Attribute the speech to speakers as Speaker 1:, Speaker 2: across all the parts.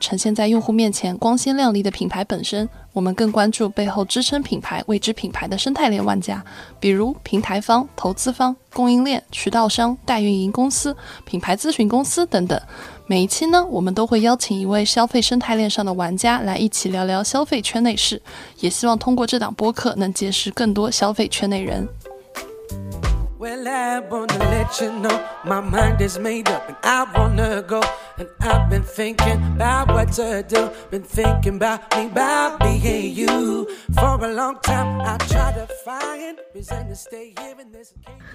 Speaker 1: 呈现在用户面前光鲜亮丽的品牌本身，我们更关注背后支撑品牌、为之品牌的生态链玩家，比如平台方、投资方、供应链、渠道商、代运营公司、品牌咨询公司等等。每一期呢，我们都会邀请一位消费生态链上的玩家来一起聊聊消费圈内事，也希望通过这档播客能结识更多消费圈内人。
Speaker 2: Well, I wanna let you know my mind is made up and I wanna go. And I've been thinking about what to do. Been thinking about me, about being you. For a long time, I try to find reason to stay here in this.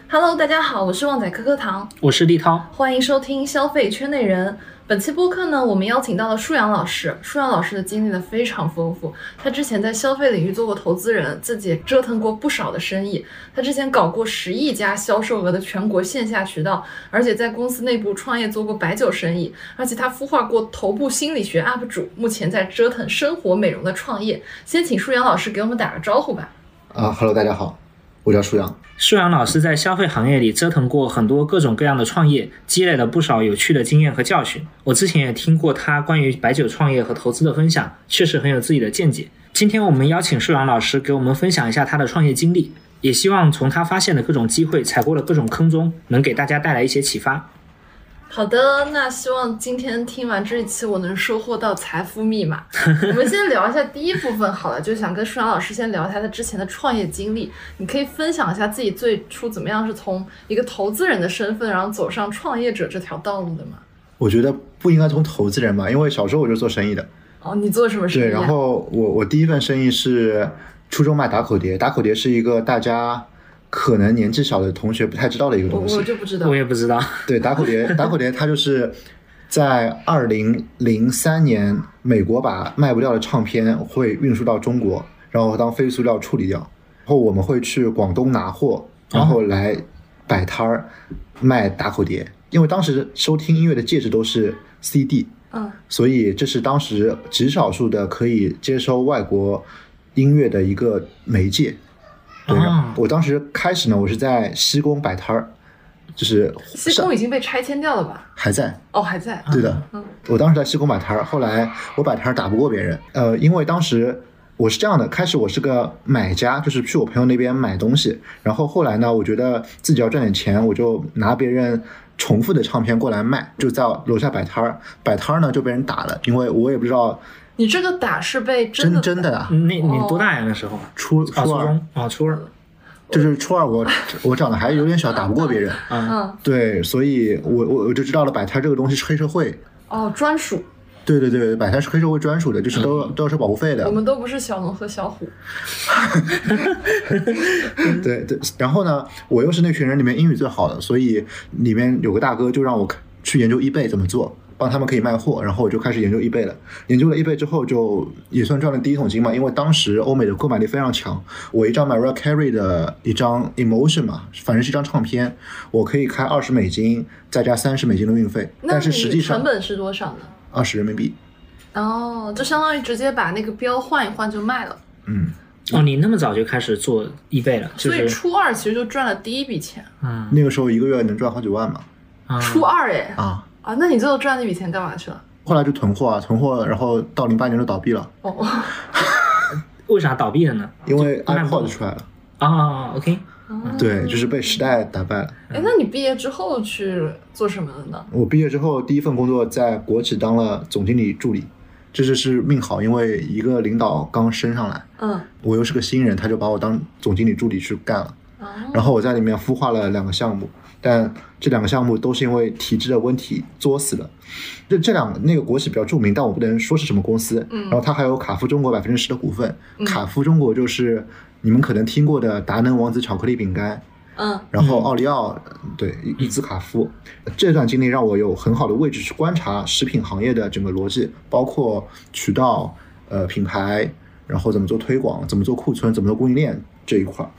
Speaker 1: Hello，大家好，我是旺仔可可糖，
Speaker 3: 我是立涛。
Speaker 1: 欢迎收听《消费圈内人》。本期播客呢，我们邀请到了舒阳老师。舒阳老师的经历呢非常丰富，他之前在消费领域做过投资人，自己也折腾过不少的生意。他之前搞过十亿家销售额的全国线下渠道，而且在公司内部创业做过白酒生意，而且他孵化过头部心理学 UP 主，目前在折腾生活美容的创业。先请舒阳老师给我们打个招呼吧。
Speaker 4: 啊哈喽，大家好，我叫舒阳。
Speaker 3: 舒阳老师在消费行业里折腾过很多各种各样的创业，积累了不少有趣的经验和教训。我之前也听过他关于白酒创业和投资的分享，确实很有自己的见解。今天我们邀请舒阳老师给我们分享一下他的创业经历，也希望从他发现的各种机会、踩过的各种坑中，能给大家带来一些启发。
Speaker 1: 好的，那希望今天听完这一期，我能收获到财富密 码。我们先聊一下第一部分好了，就想跟舒阳老师先聊一下他之前的创业经历。你可以分享一下自己最初怎么样是从一个投资人的身份，然后走上创业者这条道路的吗？
Speaker 4: 我觉得不应该从投资人吧，因为小时候我就做生意的。
Speaker 1: 哦，你做什么生意、
Speaker 4: 对，
Speaker 1: 啊？
Speaker 4: 然后我我第一份生意是初中卖打口碟，打口碟是一个大家可能年纪小的同学不太知道的一个
Speaker 1: 我
Speaker 4: 东西
Speaker 1: 我。就不知道
Speaker 3: 我，也不知道，
Speaker 4: 对，打口碟，打口碟它就是在二零零三年，美国把卖不掉的唱片会运输到中国，然后当非塑料处理掉，然后我们会去广东拿货，然
Speaker 1: 啊
Speaker 4: 后来摆摊儿卖打口碟，因为当时收听音乐的介质都是 CD，
Speaker 1: 嗯，
Speaker 4: 所以这是当时极少数的可以接收外国音乐的一个媒介。对，然后
Speaker 3: 啊
Speaker 4: 我当时开始呢，我是在西宫摆摊儿，就是
Speaker 1: 西
Speaker 4: 上
Speaker 1: 宫已经被拆迁掉了吧？
Speaker 4: 还在。
Speaker 1: 哦，还 在。
Speaker 4: 对的
Speaker 1: 嗯，
Speaker 4: 我当时在西宫摆摊儿，后来我摆摊儿打不过别人，呃，因为当时我是这样的，开始我是个买家，就是去我朋友那边买东西，然后后来呢，我觉得自己要赚点钱，我就拿别人重复的唱片过来卖，就在楼下摆摊儿，摆摊儿呢就被人打了，因为我也不知道
Speaker 1: 你这个打是被真
Speaker 4: 真
Speaker 1: 的
Speaker 4: 真的啊，
Speaker 3: 那你多大呀？那时候啊，
Speaker 4: 初
Speaker 3: 初
Speaker 4: 初二
Speaker 3: 中啊，初二
Speaker 4: 就是初二我我长得还有点小，打不过别人，
Speaker 3: 啊，
Speaker 1: 嗯，
Speaker 4: 对，所以我我我就知道了摆摊儿这个东西是黑社会。
Speaker 1: 哦，专属，
Speaker 4: 对对对，摆摊是黑社会专属的，就是都要都要收保护费
Speaker 1: 嗯
Speaker 4: 的。
Speaker 1: 我们都不是小龙和小虎。
Speaker 4: 对对，然后呢，我又是那群人里面英语最好的，所以里面有个大哥就让我去研究 eBay 怎么做，帮他们可以卖货，然后我就开始研究 eBay 了。研究了 eBay 之后，就也算赚了第一桶金嘛，因为当时欧美的购买力非常强，我一张 Mariah Carey 的一张 Emotion 嘛，反正是一张唱片，我可以开二十美金，再加三十美金的运费，
Speaker 1: 那
Speaker 4: 但是
Speaker 1: 你
Speaker 4: 实际
Speaker 1: 成
Speaker 4: 上
Speaker 1: 本是多少呢？
Speaker 4: 二十人民币，
Speaker 1: 哦，就相当于直接把那个标换一换就卖了，
Speaker 4: 嗯。
Speaker 3: 哦，你那么早就开始做易贝了，就
Speaker 1: 所以
Speaker 3: 是
Speaker 1: 初二其实就赚了第一笔钱。
Speaker 3: 嗯
Speaker 4: 那个时候一个月能赚好几万嘛，
Speaker 3: 啊
Speaker 1: 初二哎
Speaker 4: 啊，
Speaker 1: 啊，那你最后赚那笔钱干嘛去了？
Speaker 4: 后来就囤货啊，囤货，然后到零八年就倒闭了，
Speaker 1: 哦，
Speaker 3: 为啥倒闭了呢？
Speaker 4: 因为
Speaker 3: 就卖不动
Speaker 4: iPod 出来了。
Speaker 3: 啊，OK，
Speaker 4: 对，就是被时代打败了。
Speaker 1: 哎，那你毕业之后去做什么了呢？
Speaker 4: 我毕业之后第一份工作在国企当了总经理助理，这就是命好，因为一个领导刚升上来，
Speaker 1: 嗯，
Speaker 4: 我又是个新人，他就把我当总经理助理去干了。
Speaker 1: 哦，
Speaker 4: 然后我在里面孵化了两个项目，但这两个项目都是因为体制的问题作死的。这这两个那个国企比较著名，但我不能说是什么公司。
Speaker 1: 嗯
Speaker 4: 然后它还有卡夫中国百分之十的股份，卡夫中国就是你们可能听过的达能王子巧克力饼干。
Speaker 1: 嗯
Speaker 4: 然后奥利奥，对伊兹卡夫，这段经历让我有很好的位置去观察食品行业的整个逻辑，包括渠道、呃品牌，然后怎么做推广，怎么做库存，怎么做供应链这一块儿。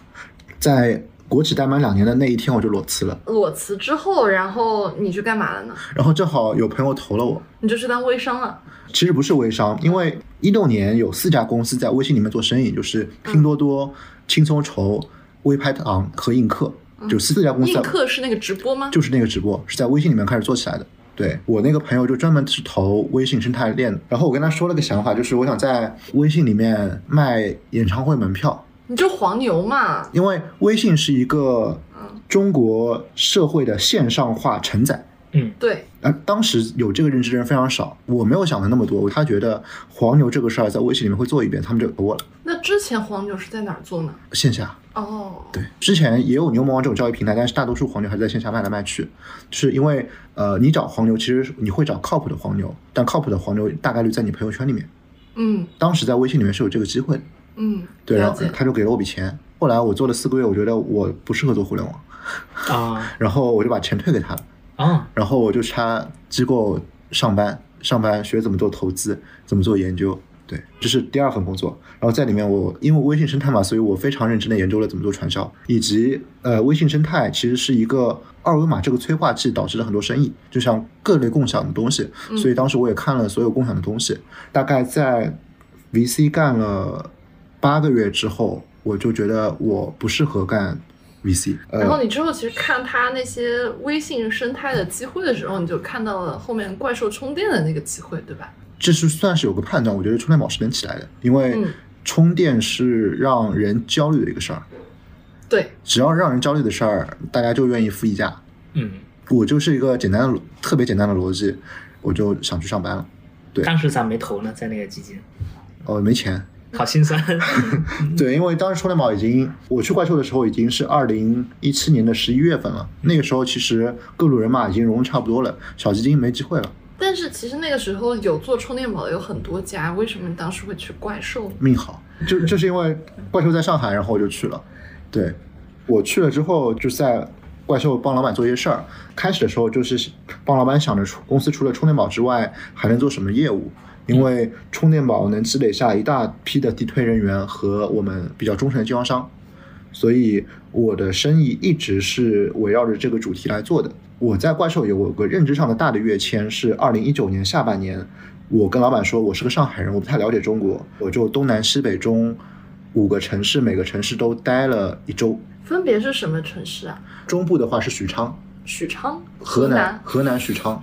Speaker 4: 在国企待满两年的那一天，我就裸辞了，
Speaker 1: 裸辞之后，然后你去干嘛了呢？
Speaker 4: 然后正好有朋友投了我，
Speaker 1: 你就去当微商了。
Speaker 4: 其实不是微商，因为一六年有四家公司在微信里面做生意，就是拼多
Speaker 1: 嗯
Speaker 4: 多、轻松筹、微拍堂和映客，就四家公
Speaker 1: 嗯
Speaker 4: 司
Speaker 1: 映
Speaker 4: 在
Speaker 1: 客是那个直播吗？
Speaker 4: 就是那个直播是在微信里面开始做起来的。对我那个朋友就专门是投微信生态链，然后我跟他说了个想法，就是我想在微信里面卖演唱会门票，
Speaker 1: 你就黄牛嘛，
Speaker 4: 因为微信是一个
Speaker 1: 嗯
Speaker 4: 中国社会的线上化承载。
Speaker 1: 对，
Speaker 4: 啊，当时有这个认知的人非常少，我没有想的那么多。他觉得黄牛这个事儿在微信里面会做一遍，他们就投我了。
Speaker 1: 那之前黄牛是在哪儿做呢？
Speaker 4: 线下
Speaker 1: 哦，
Speaker 4: 对，之前也有牛魔王这种交易平台，但是大多数黄牛还是在线下卖来卖去，是因为呃，你找黄牛其实你会找靠谱的黄牛，但靠谱的黄牛大概率在你朋友圈里面。
Speaker 1: 嗯
Speaker 4: 当时在微信里面是有这个机会的，
Speaker 1: 嗯，
Speaker 4: 对，然
Speaker 1: 了
Speaker 4: 后
Speaker 1: 解，
Speaker 4: 他就给了我笔钱。后来我做了四个月，我觉得我不适合做互联网，
Speaker 3: 啊
Speaker 4: 然后我就把钱退给他了。
Speaker 3: 啊，
Speaker 4: 然后我就插机构上班，上班学怎么做投资，怎么做研究，对，这是第二份工作。然后在里面我，因为微信生态嘛，所以我非常认真的研究了怎么做传销，以及呃，微信生态其实是一个二维码这个催化剂导致了很多生意，就像各类共享的东西。
Speaker 1: 嗯
Speaker 4: 所以当时我也看了所有共享的东西，大概在 VC 干了八个月之后，我就觉得我不适合干 VC。呃、
Speaker 1: 然后你之后其实看他那些微信生态的机会的时候，你就看到了后面怪兽充电的那个机会，对吧？
Speaker 4: 这是算是有个判断，我觉得充电宝是能起来的，因为
Speaker 1: 嗯
Speaker 4: 充电是让人焦虑的一个事儿，
Speaker 1: 对，
Speaker 4: 只要让人焦虑的事儿，大家就愿意付溢价。
Speaker 3: 嗯，
Speaker 4: 我就是一个简单的、特别简单的逻辑，我就想去上班了。对
Speaker 3: 当时咋没投呢？在那个基金，
Speaker 4: 哦，没钱。
Speaker 3: 好心酸。
Speaker 4: 对，因为当时充电宝已经，我去怪兽的时候已经是二零一七年的十一月份了，那个时候其实各路人马已经融得差不多了，小基金没机会了。
Speaker 1: 但是其实那个时候有做充电宝的有很多家，为什么你当时会去怪兽？
Speaker 4: 命好，就就是因为怪兽在上海，然后我就去了。对，我去了之后就在怪兽帮老板做一些事儿。开始的时候就是帮老板想着除公司除了充电宝之外还能做什么业务，因为充电宝能积累下一大批的地推人员和我们比较忠诚的经销商，所以我的生意一直是围绕着这个主题来做的。我在怪兽有个认知上的大的跃迁是二零一九年下半年，我跟老板说我是个上海人，我不太了解中国，我就东南西北中五个城市，每个城市都待了一周。
Speaker 1: 分别是什么城市啊？
Speaker 4: 中部的话是许昌，
Speaker 1: 许昌、
Speaker 4: 河南
Speaker 1: 南，
Speaker 4: 河南许昌，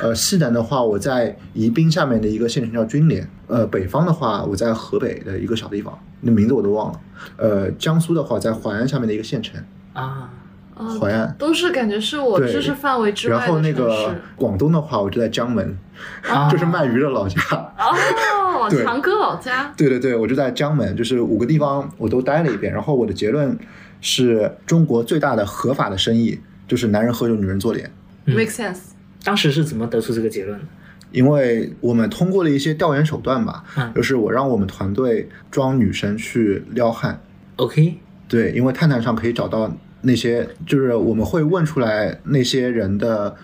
Speaker 4: 呃，西南的话我在宜宾下面的一个县城叫军连，呃，北方的话我在河北的一个小地方，那名字我都忘了，呃，江苏的话在淮安下面的一个县城，
Speaker 3: 啊，
Speaker 1: 嗯
Speaker 4: 淮安。
Speaker 1: 都是感觉是我
Speaker 4: 对
Speaker 1: 知识范围之外
Speaker 4: 然
Speaker 1: 的
Speaker 4: 后
Speaker 1: 城市。
Speaker 4: 那个广东的话，我就在江门，
Speaker 3: 啊
Speaker 4: 就是卖鱼的老家。，
Speaker 1: 哦
Speaker 4: 对
Speaker 1: 强哥老家，
Speaker 4: 对对对，我就在江门，就是五个地方我都待了一遍。然后我的结论是中国最大的合法的生意就是男人喝酒，女人做脸。
Speaker 3: 嗯
Speaker 1: make sense。
Speaker 3: 当时是怎么得出这个结论的？
Speaker 4: 因为我们通过了一些调研手段吧，
Speaker 3: 嗯
Speaker 4: 就是我让我们团队装女生去撩汉，
Speaker 3: ，OK，
Speaker 4: 对，因为探探上可以找到那些，就是我们会问出来那些人的，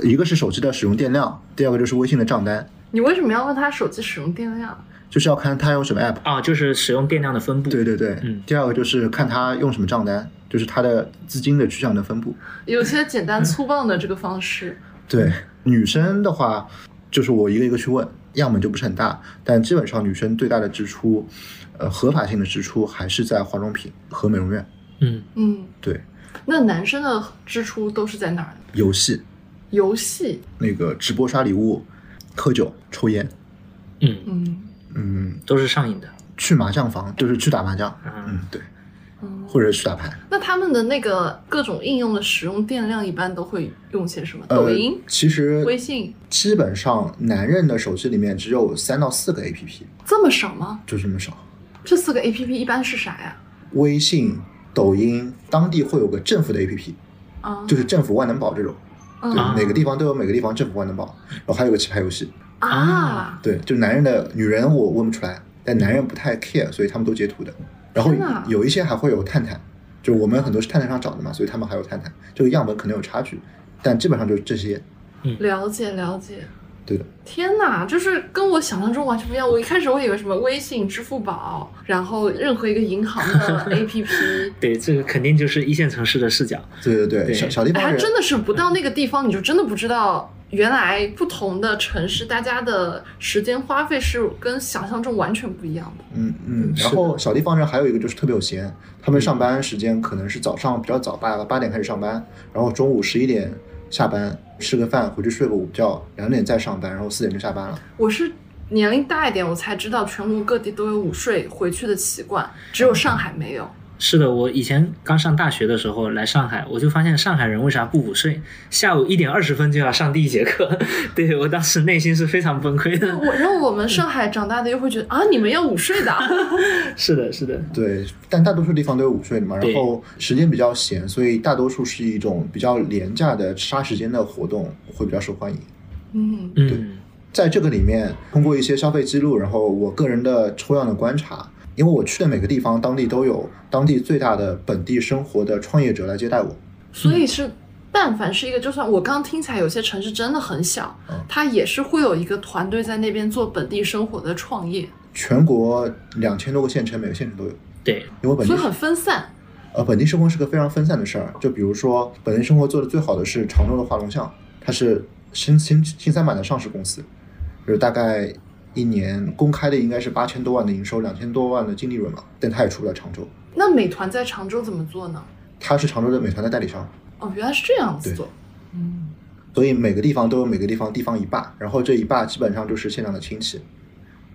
Speaker 4: 一个是手机的使用电量，第二个就是微信的账单，
Speaker 1: 你为什么要问他手机使用电量？
Speaker 4: 就是要看他用什么 app。
Speaker 3: 啊，就是使用电量的分布。
Speaker 4: 对对对，
Speaker 3: 嗯
Speaker 4: 第二个就是看他用什么账单，就是他的资金的去向的分布。
Speaker 1: 有些简单粗暴的这个方式，
Speaker 4: 对，女生的话，就是我一个一个去问，样本就不是很大，但基本上女生最大的支出，呃，合法性的支出还是在化妆品和美容院，
Speaker 3: 嗯，
Speaker 1: 嗯，
Speaker 4: 对，
Speaker 1: 那男生的支出都是在哪儿？
Speaker 4: 游戏、
Speaker 1: 游戏，
Speaker 4: 那个直播刷礼物、喝酒、抽烟，
Speaker 3: 嗯
Speaker 1: 嗯
Speaker 4: 嗯，
Speaker 3: 都是上瘾的。
Speaker 4: 去麻将房就是去打麻将，
Speaker 3: 啊
Speaker 4: 嗯，对，
Speaker 1: 嗯，
Speaker 4: 或者去打牌。
Speaker 1: 那他们的那个各种应用的使用电量一般都会用些什么？抖
Speaker 4: 呃
Speaker 1: 音，、
Speaker 4: 其实
Speaker 1: 微信
Speaker 4: 基本上男人的手机里面只有三到四个 APP，
Speaker 1: 这么少吗？
Speaker 4: 就这么少。
Speaker 1: 这四个 A P P 一般是啥呀？
Speaker 4: 微信、抖音，当地会有个政府的 APP，
Speaker 1: 啊，
Speaker 4: 就是政府万能宝这种，对，
Speaker 1: 嗯
Speaker 4: 每个地方都有每个地方政府万能宝，然后还有个棋牌游戏，
Speaker 1: 啊，
Speaker 4: 对，就男人的女人我问不出来，但男人不太 care，所以他们都截图的，然后
Speaker 1: 天哪
Speaker 4: 有一些还会有探探，就我们很多是探探上找的嘛，所以他们还有探探，这个样本可能有差距，但基本上就是这些，
Speaker 1: 了解了解。
Speaker 4: 对的，
Speaker 1: 天哪，就是跟我想象中完全不一样。我一开始我以为什么微信、支付宝，然后任何一个银行 的 A P P，
Speaker 3: 对，这个肯定就是一线城市的视角。
Speaker 4: 对对对，
Speaker 3: 对
Speaker 4: 小小地方
Speaker 1: 哎还
Speaker 4: 人，
Speaker 1: 真的是不到那个地方，你就真的不知道原来不同的城市，大家的时间花费是跟想象中完全不一样的。
Speaker 4: 嗯嗯，
Speaker 3: 是
Speaker 4: 然后小地方人还有一个就是特别有闲，他们上班时间可能是早上比较早，八八点开始上班，然后中午十一点下班吃个饭，回去睡个午觉，两点再上班，然后四点就下班了。
Speaker 1: 我是年龄大一点，我才知道全国各地都有午睡回去的习惯，只有上海没有。
Speaker 3: 是的，我以前刚上大学的时候来上海，我就发现上海人为啥不午睡，下午一点二十分就要上第一节 课，对我当时内心是非常崩溃的。
Speaker 1: 我然后我们上海长大的又会觉得啊，你们要午睡的啊，
Speaker 3: 是的，是的，
Speaker 4: 对，但大多数地方都有午睡的嘛，
Speaker 3: 对
Speaker 4: 然后时间比较闲，所以大多数是一种比较廉价的杀时间的活动，会比较受欢迎。
Speaker 1: 嗯，
Speaker 3: 嗯，
Speaker 4: 在这个里面，通过一些消费记录，然后我个人的抽样的观察，因为我去的每个地方，当地都有当地最大的本地生活的创业者来接待我。
Speaker 1: 所以是，但凡是一个，就算我刚听起来有些城市真的很小
Speaker 4: 嗯，
Speaker 1: 它也是会有一个团队在那边做本地生活的创业，
Speaker 4: 全国两千多个县城，每个县城都有。
Speaker 3: 对，
Speaker 4: 因为本地
Speaker 1: 所以很分散。
Speaker 4: 呃本地生活是个非常分散的事儿，就比如说本地生活做的最好的是常州的华龙巷，它是新新新三板的上市公司，就是大概一年公开的应该是八千多万的营收，两千多万的净利润嘛，但它也出不了常州，
Speaker 1: 那美团在常州怎么做呢？
Speaker 4: 它是常州的美团的代理商。
Speaker 1: 哦，原来是这样子
Speaker 4: 对
Speaker 1: 做。嗯
Speaker 4: 所以每个地方都有每个地方地方一霸，然后这一霸基本上就是县长的亲戚。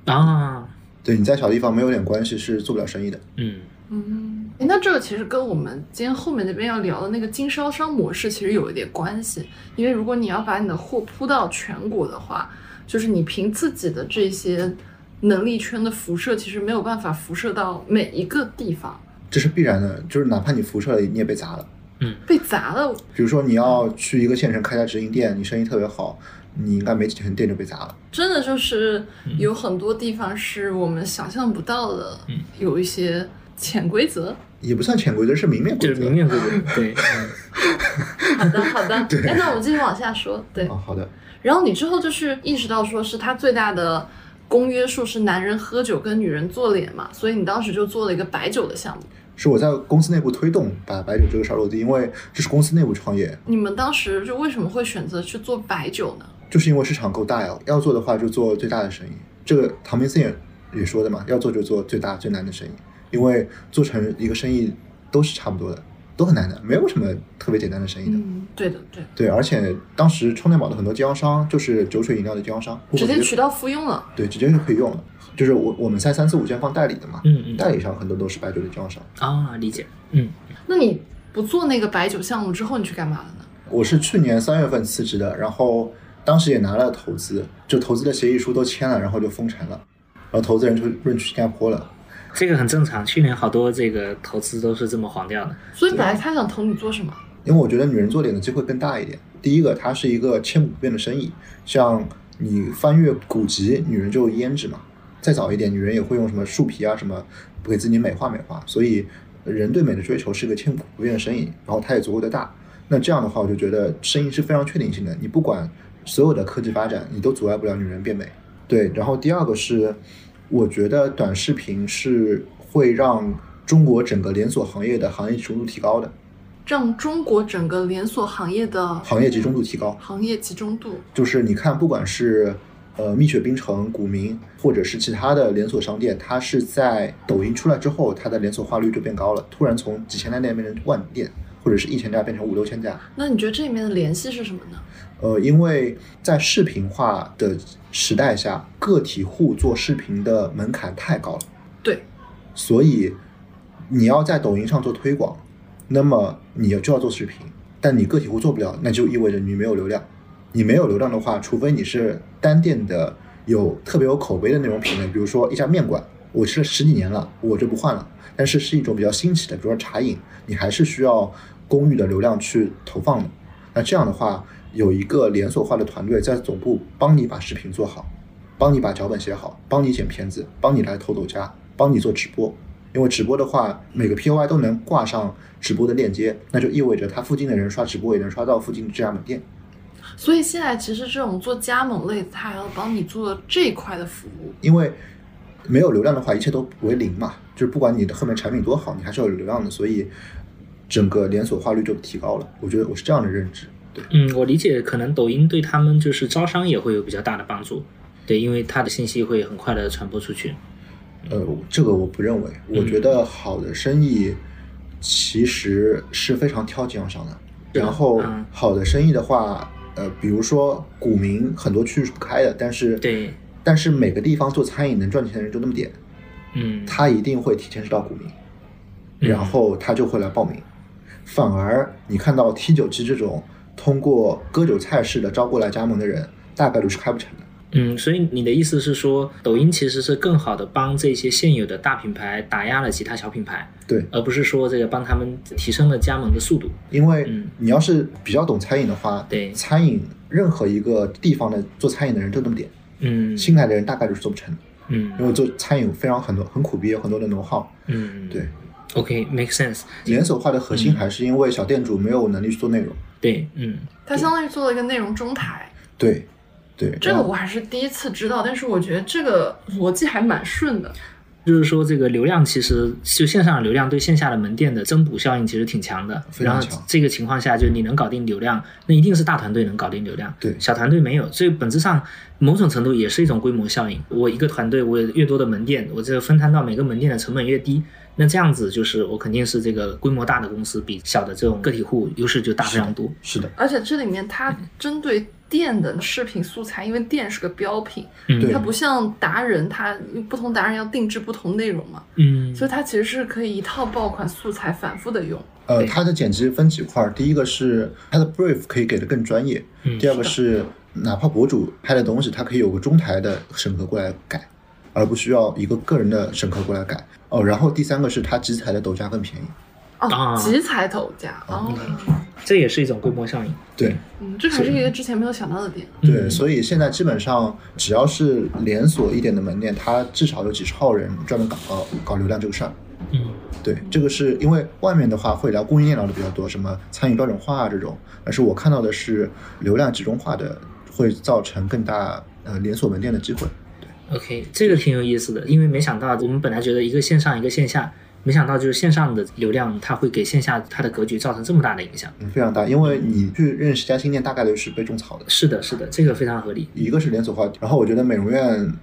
Speaker 3: 啊，
Speaker 4: 对，你在小地方没有点关系是做不了生意的。
Speaker 3: 嗯，
Speaker 1: 嗯，诶那这个其实跟我们今天后面那边要聊的那个经销商模式其实有一点关系，因为如果你要把你的货铺到全国的话，就是你凭自己的这些能力圈的辐射，其实没有办法辐射到每一个地方。
Speaker 4: 这是必然的，就是哪怕你辐射了，你也被砸了。
Speaker 1: 被砸了，
Speaker 4: 比如说你要去一个县城开家直营店，你生意特别好，你应该没几天店就被砸了。
Speaker 1: 真的就是有很多地方是我们想象不到的，
Speaker 3: 嗯
Speaker 1: 有一些潜规则。
Speaker 4: 也不算潜规则，是明面
Speaker 3: 就
Speaker 4: 规
Speaker 3: 是
Speaker 4: 则。
Speaker 3: 明面规则， 对，嗯
Speaker 1: 好的，好的，哎，那我们继续往下说，对。
Speaker 4: 哦，好的，
Speaker 1: 然后你之后就是意识到，说是他最大的公约数是男人喝酒跟女人做脸嘛，所以你当时就做了一个白酒的项目。
Speaker 4: 是我在公司内部推动把白酒这个事儿落地，因为这是公司内部创业，
Speaker 1: 你们当时就为什么会选择去做白酒呢？
Speaker 4: 就是因为市场够大呀，要做的话就做最大的生意。这个唐明森也也说的嘛，要做就做最大最难的生意，因为做成一个生意都是差不多的，都很难的，没有什么特别简单的生意的。
Speaker 1: 嗯，对的，对，
Speaker 4: 对，而且当时充电宝的很多经销商就是酒水饮料的经销商，
Speaker 1: 直接
Speaker 4: 我
Speaker 1: 渠道复用了。
Speaker 4: 对，直接就可以用了。就是我我们在三四五线放代理的嘛，
Speaker 3: 嗯嗯，
Speaker 4: 代理商很多都是白酒的经销商。
Speaker 3: 啊，理解，嗯，
Speaker 1: 那你不做那个白酒项目之后，你去干嘛了呢？
Speaker 4: 我是去年三月份辞职的，然后当时也拿了投资，就投资的协议书都签了，然后就封城了，然后投资人就润去新加坡了。
Speaker 3: 这个很正常，去年好多这个投资都是这么黄掉的，
Speaker 1: 所以本来他想投你做什么？
Speaker 4: 因为我觉得女人做脸的机会更大一点。第一个，它是一个千古不变的生意，像你翻阅古籍，女人就有胭脂嘛。再早一点，女人也会用什么树皮啊什么给自己美化美化。所以，人对美的追求是一个千古不变的生意，然后它也足够的大。那这样的话，我就觉得生意是非常确定性的。你不管所有的科技发展，你都阻碍不了女人变美。对，然后第二个是，我觉得短视频是会让中国整个连锁行业的行业集中度提高的，
Speaker 1: 让中国整个连锁行业的
Speaker 4: 行业集中度提高。
Speaker 1: 行业集中度。
Speaker 4: 就是你看，不管是呃蜜雪冰城、古茗，或者是其他的连锁商店，它是在抖音出来之后，它的连锁化率就变高了，突然从几千家店变成万店，或者是一千家变成五六千家。
Speaker 1: 那你觉得这里面的联系是什么呢？
Speaker 4: 呃，因为在视频化的时代下，个体户做视频的门槛太高了，
Speaker 1: 对，
Speaker 4: 所以你要在抖音上做推广，那么你就要做视频，但你个体户做不了，那就意味着你没有流量。你没有流量的话，除非你是单店的有特别有口碑的那种品类，比如说一家面馆，我吃了十几年了，我就不换了。但是是一种比较新奇的，比如说茶饮，你还是需要公寓的流量去投放的。那这样的话，有一个连锁化的团队在总部帮你把视频做好，帮你把脚本写好，帮你剪片子，帮你来投抖加，帮你做直播。因为直播的话，每个 POI 都能挂上直播的链接，那就意味着他附近的人刷直播也能刷到附近这家门店。
Speaker 1: 所以现在其实这种做加盟类的，他还要帮你做这一块的服务。
Speaker 4: 因为没有流量的话，一切都为零嘛。就是不管你的后面产品多好，你还是要有流量的，所以整个连锁化率就提高了。我觉得我是这样的认知。对，
Speaker 3: 嗯，我理解，可能抖音对他们就是招商也会有比较大的帮助，对，因为它的信息会很快的传播出去，
Speaker 4: 呃，这个我不认
Speaker 3: 嗯
Speaker 4: 为。我觉得好的生意其实是非常挑经销商的，然后
Speaker 3: 嗯
Speaker 4: 好的生意的话，呃，比如说股民很多区域是不开的，但是
Speaker 3: 对，
Speaker 4: 但是每个地方做餐饮能赚钱的人就那么点，
Speaker 3: 嗯，
Speaker 4: 他一定会提前知道股民，
Speaker 3: 嗯
Speaker 4: 然后他就会来报名。反而你看到 T 九七这种通过割韭菜式的招过来加盟的人，大概率是开不成的。
Speaker 3: 嗯，所以你的意思是说，抖音其实是更好的帮这些现有的大品牌打压了其他小品牌，
Speaker 4: 对，
Speaker 3: 而不是说这个帮他们提升了加盟的速度。
Speaker 4: 因为
Speaker 3: 嗯
Speaker 4: 你要是比较懂餐饮的话，
Speaker 3: 对
Speaker 4: 餐饮任何一个地方的做餐饮的人就那么点，
Speaker 3: 嗯，
Speaker 4: 新来的人大概率是做不成的。因
Speaker 3: 嗯
Speaker 4: 为做餐饮非常很多很苦逼，有很多的能耗。
Speaker 3: 嗯，
Speaker 4: 对，
Speaker 3: ，OK，make、sense。
Speaker 4: 连锁化的核心还是因为小店主没有能力去做内容。
Speaker 3: 对，嗯，
Speaker 1: 它相当于做了一个内容中台，
Speaker 4: 对，对，
Speaker 1: 这
Speaker 4: 然
Speaker 1: 个
Speaker 4: 后
Speaker 1: 我还是第一次知道，但是我觉得这个逻辑还蛮顺的。
Speaker 3: 就是说这个流量其实就线上的流量对线下的门店的增补效应其实挺强的。
Speaker 4: 非
Speaker 3: 然
Speaker 4: 常
Speaker 3: 后
Speaker 4: 强
Speaker 3: 这个情况下，就你能搞定流量，那一定是大团队能搞定流量，
Speaker 4: 对
Speaker 3: 小团队没有。所以本质上某种程度也是一种规模效应。我一个团队，我有越多的门店，我这个分摊到每个门店的成本越低。那这样子就是我肯定是这个规模大的公司比小的这种个体户优势就大非常多。
Speaker 4: 是的，
Speaker 1: 而且这里面它针对店的视频素材，因为店是个标品，
Speaker 3: 嗯，
Speaker 4: 对
Speaker 1: 它不像达人，它不同达人要定制不同内容嘛，
Speaker 3: 嗯，
Speaker 1: 所以它其实是可以一套爆款素材反复的用。
Speaker 4: 呃，
Speaker 3: 对
Speaker 4: 它的剪辑分几块儿，第一个是它的 brief 可以给的更专业，
Speaker 3: 嗯
Speaker 4: 第二个是哪怕博主拍的东西，它可以有个中台的审核过来改，而不需要一个个人的审核过来改。哦，然后第三个是它集采的抖价更便宜。
Speaker 1: 哦
Speaker 3: 啊，
Speaker 1: 集采抖加，哦，
Speaker 3: 这也是一种规模效应。
Speaker 4: 对
Speaker 1: 嗯，这还是一个之前没有想到的点。
Speaker 4: 对，
Speaker 3: 嗯
Speaker 4: 所以现在基本上只要是连锁一点的门店，它至少有几十号人专门搞搞搞流量这个事儿。
Speaker 3: 嗯
Speaker 4: 对，这个是因为外面的话会聊供应链聊的比较多，什么参与标准化啊这种，但是我看到的是流量集中化的会造成更大呃连锁门店的机会。
Speaker 3: OK，这个挺有意思的，因为没想到我们本来觉得一个线上一个线下，没想到就是线上的流量它会给线下它的格局造成这么大的影响。
Speaker 4: 嗯，非常大，因为你去认识一家新店，大概率是被种草的。
Speaker 3: 是的，是的，这个非常合理。
Speaker 4: 一个是连锁化，然后我觉得美容院，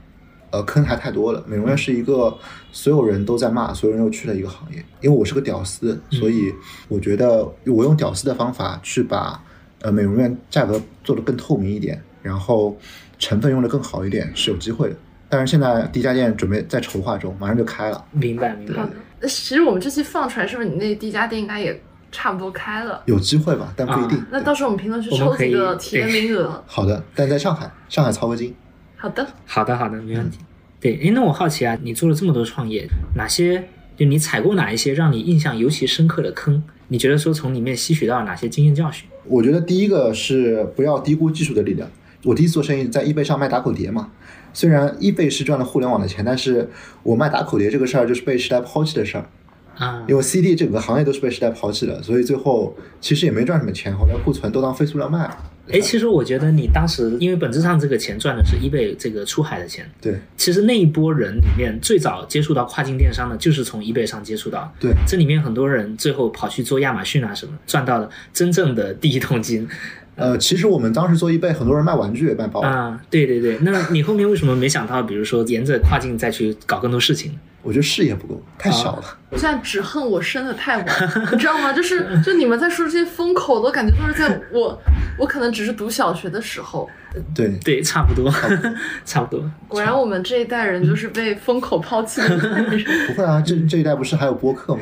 Speaker 4: 呃，坑还太多了。美容院是一个所有人都在骂，所有人都去的一个行业。因为我是个屌丝，
Speaker 1: 嗯
Speaker 4: 所以我觉得我用屌丝的方法去把呃美容院价格做得更透明一点，然后成分用得更好一点是有机会的。但是现在第一家店准备在筹划中，马上就开了，
Speaker 3: 明白，明白
Speaker 1: 好。那其实我们这期放出来，是不是你那第一家店应该也差不多开了？
Speaker 4: 有机会吧，但不一定。
Speaker 1: 啊那到时候我们评论区
Speaker 3: 我们
Speaker 1: 抽
Speaker 3: 可以
Speaker 1: 几个体验名额。
Speaker 4: 好的，但在上海，上海曹格金。
Speaker 1: 好的，
Speaker 3: 好的，好的，没问题。对，哎，那我好奇啊，你做了这么多创业，哪些就你踩过哪一些让你印象尤其深刻的坑？你觉得说从里面吸取到了哪些经验教训？
Speaker 4: 我觉得第一个是不要低估技术的力量。我第一次做生意在 eBay 上卖打口碟嘛，虽然 eBay 是赚了互联网的钱，但是我卖打口碟这个事儿就是被时代抛弃的事儿，
Speaker 3: 啊，
Speaker 4: 因为 CD 整个行业都是被时代抛弃的，所以最后其实也没赚什么钱，后来库存都当废塑料卖了。
Speaker 3: 哎，其实我觉得你当时，因为本质上这个钱赚的是 eBay 这个出海的钱，
Speaker 4: 对
Speaker 3: 其实那一波人里面，最早接触到跨境电商的，就是从 eBay 上接触到。
Speaker 4: 对
Speaker 3: 这里面很多人最后跑去做亚马逊啊什么，赚到了 真正的第一桶金
Speaker 4: 呃，其实我们当时做 eBay，很多人卖玩具也卖包，
Speaker 3: 啊！对对对， 那你后面为什么没想到，比如说沿着跨境再去搞更多事情？
Speaker 4: 我觉得视野不够，太小了。
Speaker 1: 我现在只恨我生的太晚， 你知道吗？就是就你们在说这些风口，都感觉都是在我我可能只是读小学的时候。
Speaker 4: 对，
Speaker 3: 对，差不多， 差不多。
Speaker 1: 果然我们这一代人就是被风口抛弃的一代人。
Speaker 4: 不会啊，这这一代不是还有播客吗？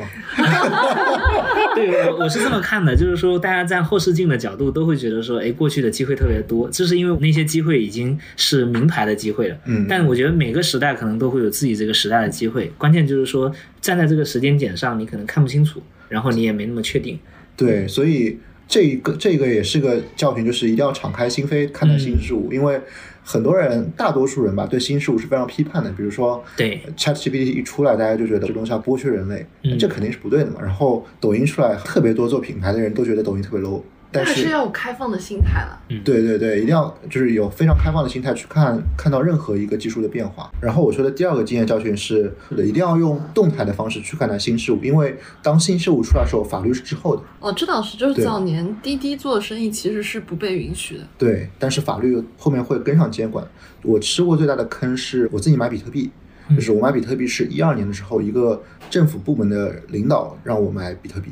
Speaker 3: 对，我我是这么看的，就是说大家站后视镜的角度都会觉得说，哎，过去的机会特别多，这是因为那些机会已经是名牌的机会了。
Speaker 4: 嗯
Speaker 3: 但我觉得每个时代可能都会有自己这个时代的机会，关键就是说站在这个时间点上，你可能看不清楚，然后你也没那么确定。嗯
Speaker 4: 对，所以这一个这个也是个教训，就是一定要敞开心扉看待新事物，
Speaker 3: 嗯
Speaker 4: 因为很多人，大多数人吧，对新事物是非常批判的。比如说，
Speaker 3: 对
Speaker 4: ，ChatGPT 一出来，大家就觉得这东西要剥削人类，
Speaker 3: 嗯
Speaker 4: 这肯定是不对的嘛。然后抖音出来，特别多做品牌的人都觉得抖音特别 low，
Speaker 1: 那
Speaker 4: 但
Speaker 1: 还是
Speaker 4: 是。
Speaker 1: 要有开放的心态了。
Speaker 4: 对对对，一定要就是有非常开放的心态去看看到任何一个技术的变化。然后我说的第二个经验教训是，一定要用动态的方式去看待新事物，因为当新事物出来的时候，法律是滞后的。
Speaker 1: 哦，这倒是，就是
Speaker 4: 对
Speaker 1: 早年滴滴做生意其实是不被允许的。
Speaker 4: 对，但是法律后面会跟上监管。我吃过最大的坑是我自己买比特币，就是我买比特币是一二年的时候，一个政府部门的领导让我买比特币，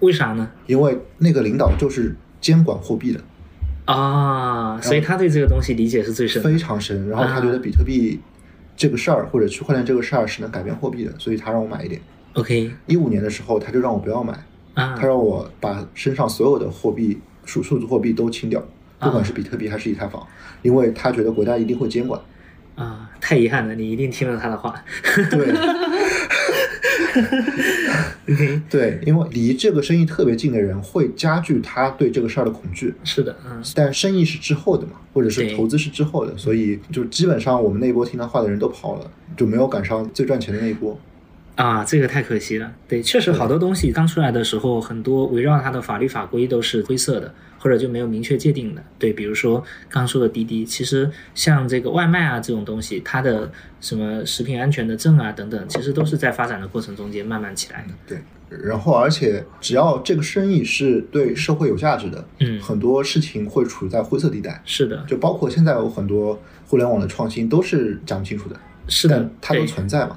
Speaker 3: 为啥呢？
Speaker 4: 因为那个领导就是监管货币的，
Speaker 3: 啊，所以他对这个东西理解是最深的。
Speaker 4: 非常深。然后他觉得比特币这个事儿或者区块链这个事儿是能改变货币的，所以他让我买一点。
Speaker 3: OK
Speaker 4: 一五年的时候，他就让我不要买，
Speaker 3: 啊
Speaker 4: 他让我把身上所有的货币数数字货币都清掉，
Speaker 3: 啊
Speaker 4: 不管是比特币还是以太坊，因为他觉得国家一定会监管。
Speaker 3: 啊，太遗憾了，你一定听了他的话。
Speaker 4: 对
Speaker 3: OK，
Speaker 4: 对，因为离这个生意特别近的人会加剧他对这个事儿的恐惧。
Speaker 3: 是的，嗯
Speaker 4: 但生意是之后的嘛，或者
Speaker 3: 对
Speaker 4: 是投资是之后的，所以就基本上我们那一波听他话的人都跑了，就没有赶上最赚钱的那一波。
Speaker 3: 啊，这个太可惜了。对，确实好多东西刚出来的时候，很多围绕它的法律法规都是灰色的，或者就没有明确界定的。对，比如说刚说的滴滴，其实像这个外卖啊这种东西，它的什么食品安全的证啊等等，其实都是在发展的过程中间慢慢起来的。
Speaker 4: 嗯对，然后而且只要这个生意是对社会有价值的，
Speaker 3: 嗯
Speaker 4: 很多事情会处在灰色地带，
Speaker 3: 是的，
Speaker 4: 就包括现在有很多互联网的创新都是讲不清楚的，
Speaker 3: 是的
Speaker 4: 但，它都
Speaker 3: 对
Speaker 4: 存在嘛。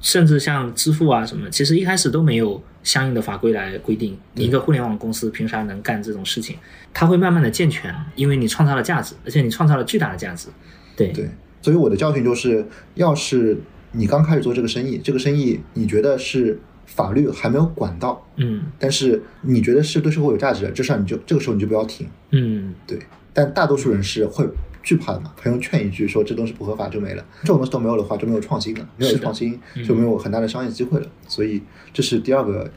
Speaker 3: 甚至像支付啊什么，其实一开始都没有相应的法规来规定，你一个互联网公司凭啥能干这种事情？它会慢慢的健全，因为你创造了价值，而且你创造了巨大的价值。对，
Speaker 4: 对，所以我的教训就是，要是你刚开始做这个生意，这个生意你觉得是法律还没有管到，
Speaker 3: 嗯
Speaker 4: 但是你觉得是对社会有价值的，这事儿你就这个时候你就不要停。
Speaker 3: 嗯，
Speaker 4: 对，但大多数人是会惧怕的嘛，朋友劝一句说这东西不合法就没了，这种东西都没有的话就没有创新了，没有
Speaker 3: 是的
Speaker 4: 创新
Speaker 3: 嗯
Speaker 4: 就没有很大的商业机会了。所以这是第二个，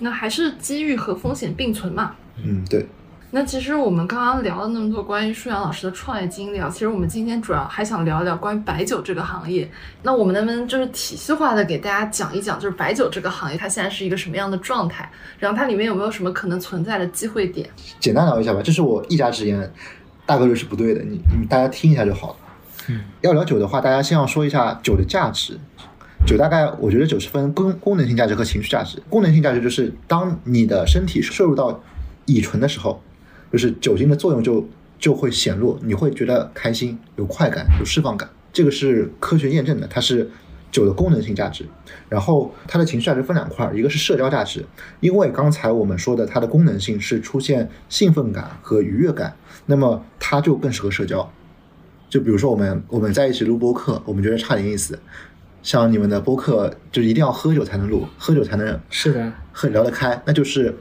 Speaker 1: 那还是机遇和风险并存嘛。
Speaker 4: 嗯，对，
Speaker 1: 那其实我们刚刚聊了那么多关于舒阳老师的创业经历啊，其实我们今天主要还想聊一聊关于白酒这个行业。那我们能不能就是体系化的给大家讲一讲，就是白酒这个行业它现在是一个什么样的状态，然后它里面有没有什么可能存在的机会点？
Speaker 4: 简单聊一下吧，这是我一家之言，大概率是不对的，你你大家听一下就好了。
Speaker 3: 嗯，
Speaker 4: 要聊酒的话，大家先要说一下酒的价值。酒大概我觉得酒是分功功能性价值和情绪价值。功能性价值就是当你的身体摄入到乙醇的时候，就是酒精的作用就就会显露，你会觉得开心、有快感、有释放感，这个是科学验证的，它是酒的功能性价值。然后它的情绪价值分两块，一个是社交价值，因为刚才我们说的它的功能性是出现兴奋感和愉悦感，那么它就更适合社交。就比如说我们我们在一起录播客，我们觉得差点意思，像你们的播客就一定要喝酒才能录，喝酒才能
Speaker 3: 是的，
Speaker 4: 很聊得开，那就是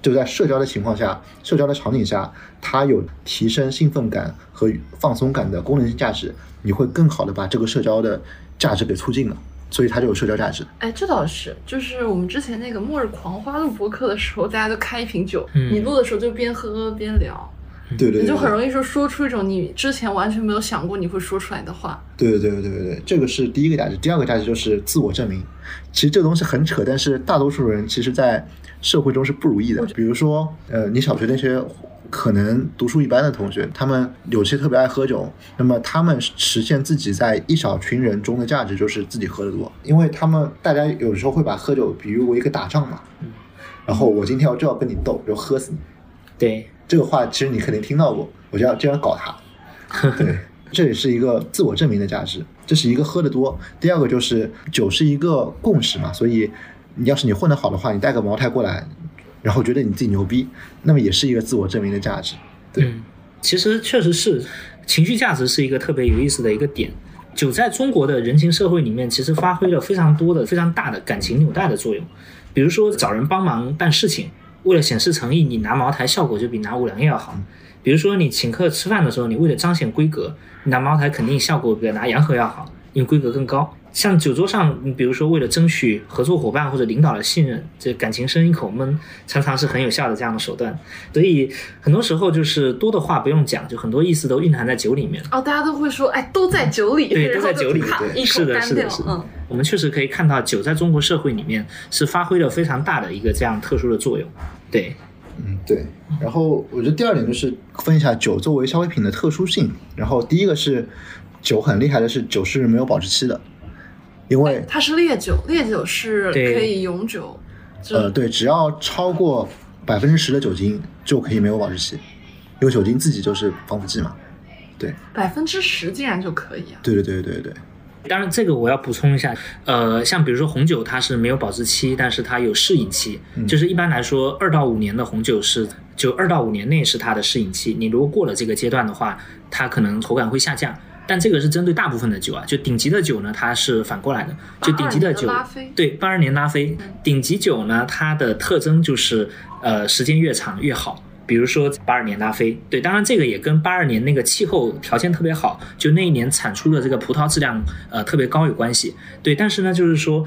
Speaker 4: 就在社交的情况下，社交的场景下，它有提升兴奋感和放松感的功能性价值，你会更好的把这个社交的价值给促进了，所以它就有社交价值。
Speaker 1: 哎，这倒是，就是我们之前那个《末日狂花》录播客的时候，大家都开一瓶酒，
Speaker 3: 嗯
Speaker 1: 你录的时候就边喝边聊，
Speaker 4: 对对对
Speaker 1: 你就很
Speaker 4: 易。
Speaker 1: 容易说说出一种你之前完全没有想过你会说出来的话。
Speaker 4: 对对对对对对，这个是第一个价值。第二个价值就是自我证明。其实这个东西很扯，但是大多数人其实，在社会中是不如意的。比如说，呃，你小学那些可能读书一般的同学，他们有些特别爱喝酒，那么他们实现自己在一小群人中的价值，就是自己喝得多，因为他们大家有时候会把喝酒比喻为一个打仗嘛。然后我今天要就要跟你斗，就喝死你。
Speaker 3: 对，
Speaker 4: 这个话其实你肯定听到过，我就要这样搞他。对，这也是一个自我证明的价值，这是一个喝得多。第二个就是酒是一个共识嘛，所以你要是你混得好的话，你带个茅台过来，然后觉得你自己牛逼，那么也是一个自我证明的价值。对
Speaker 3: 嗯，其实确实是情绪价值是一个特别有意思的一个点。酒在中国的人情社会里面，其实发挥了非常多的、非常大的感情纽带的作用。比如说找人帮忙办事情，为了显示诚意，你拿茅台效果就比拿五粮液要好。比如说你请客吃饭的时候，你为了彰显规格，你拿茅台肯定效果比拿洋河要好，因为规格更高。像酒桌上，你比如说为了争取合作伙伴或者领导的信任，这感情深一口闷，常常是很有效的这样的手段。所以很多时候就是多的话不用讲，就很多意思都蕴含在酒里面。
Speaker 1: 哦，大家都会说，哎，都在酒里，
Speaker 3: 对
Speaker 1: 然后
Speaker 3: 都在酒里
Speaker 1: 就咔
Speaker 4: 对
Speaker 1: 一口
Speaker 3: 是的
Speaker 1: 干
Speaker 3: 是的
Speaker 1: 掉，
Speaker 3: 是的
Speaker 1: 嗯。
Speaker 3: 我们确实可以看到，酒在中国社会里面是发挥了非常大的一个这样特殊的作用。对，
Speaker 4: 嗯，对。然后我觉得第二点就是分一下酒作为消费品的特殊性。然后第一个是酒很厉害的是酒是没有保质期的，因为
Speaker 1: 它是烈酒，烈酒是可
Speaker 3: 对
Speaker 1: 以永久，就
Speaker 4: 呃，对，只要超过百分之十的酒精就可以没有保质期，因为酒精自己就是防腐剂嘛。
Speaker 1: 百分之十竟然就可以啊！
Speaker 4: 对对对对对对，
Speaker 3: 当然，这个我要补充一下，呃，像比如说红酒，它是没有保质期，但是它有适饮期，就是一般来说，二到五年的红酒是就二到五年内是它的适饮期。你如果过了这个阶段的话，它可能口感会下降。但这个是针对大部分的酒啊，就顶级的酒呢，它是反过来的，就顶级
Speaker 1: 82
Speaker 3: 酒
Speaker 1: 年的拉菲
Speaker 3: 对八二年拉菲，顶级酒呢，它的特征就是呃时间越长越好。比如说八二年拉菲，对，当然这个也跟八二年那个气候条件特别好，就那一年产出的这个葡萄质量呃特别高有关系。对，但是呢，就是说，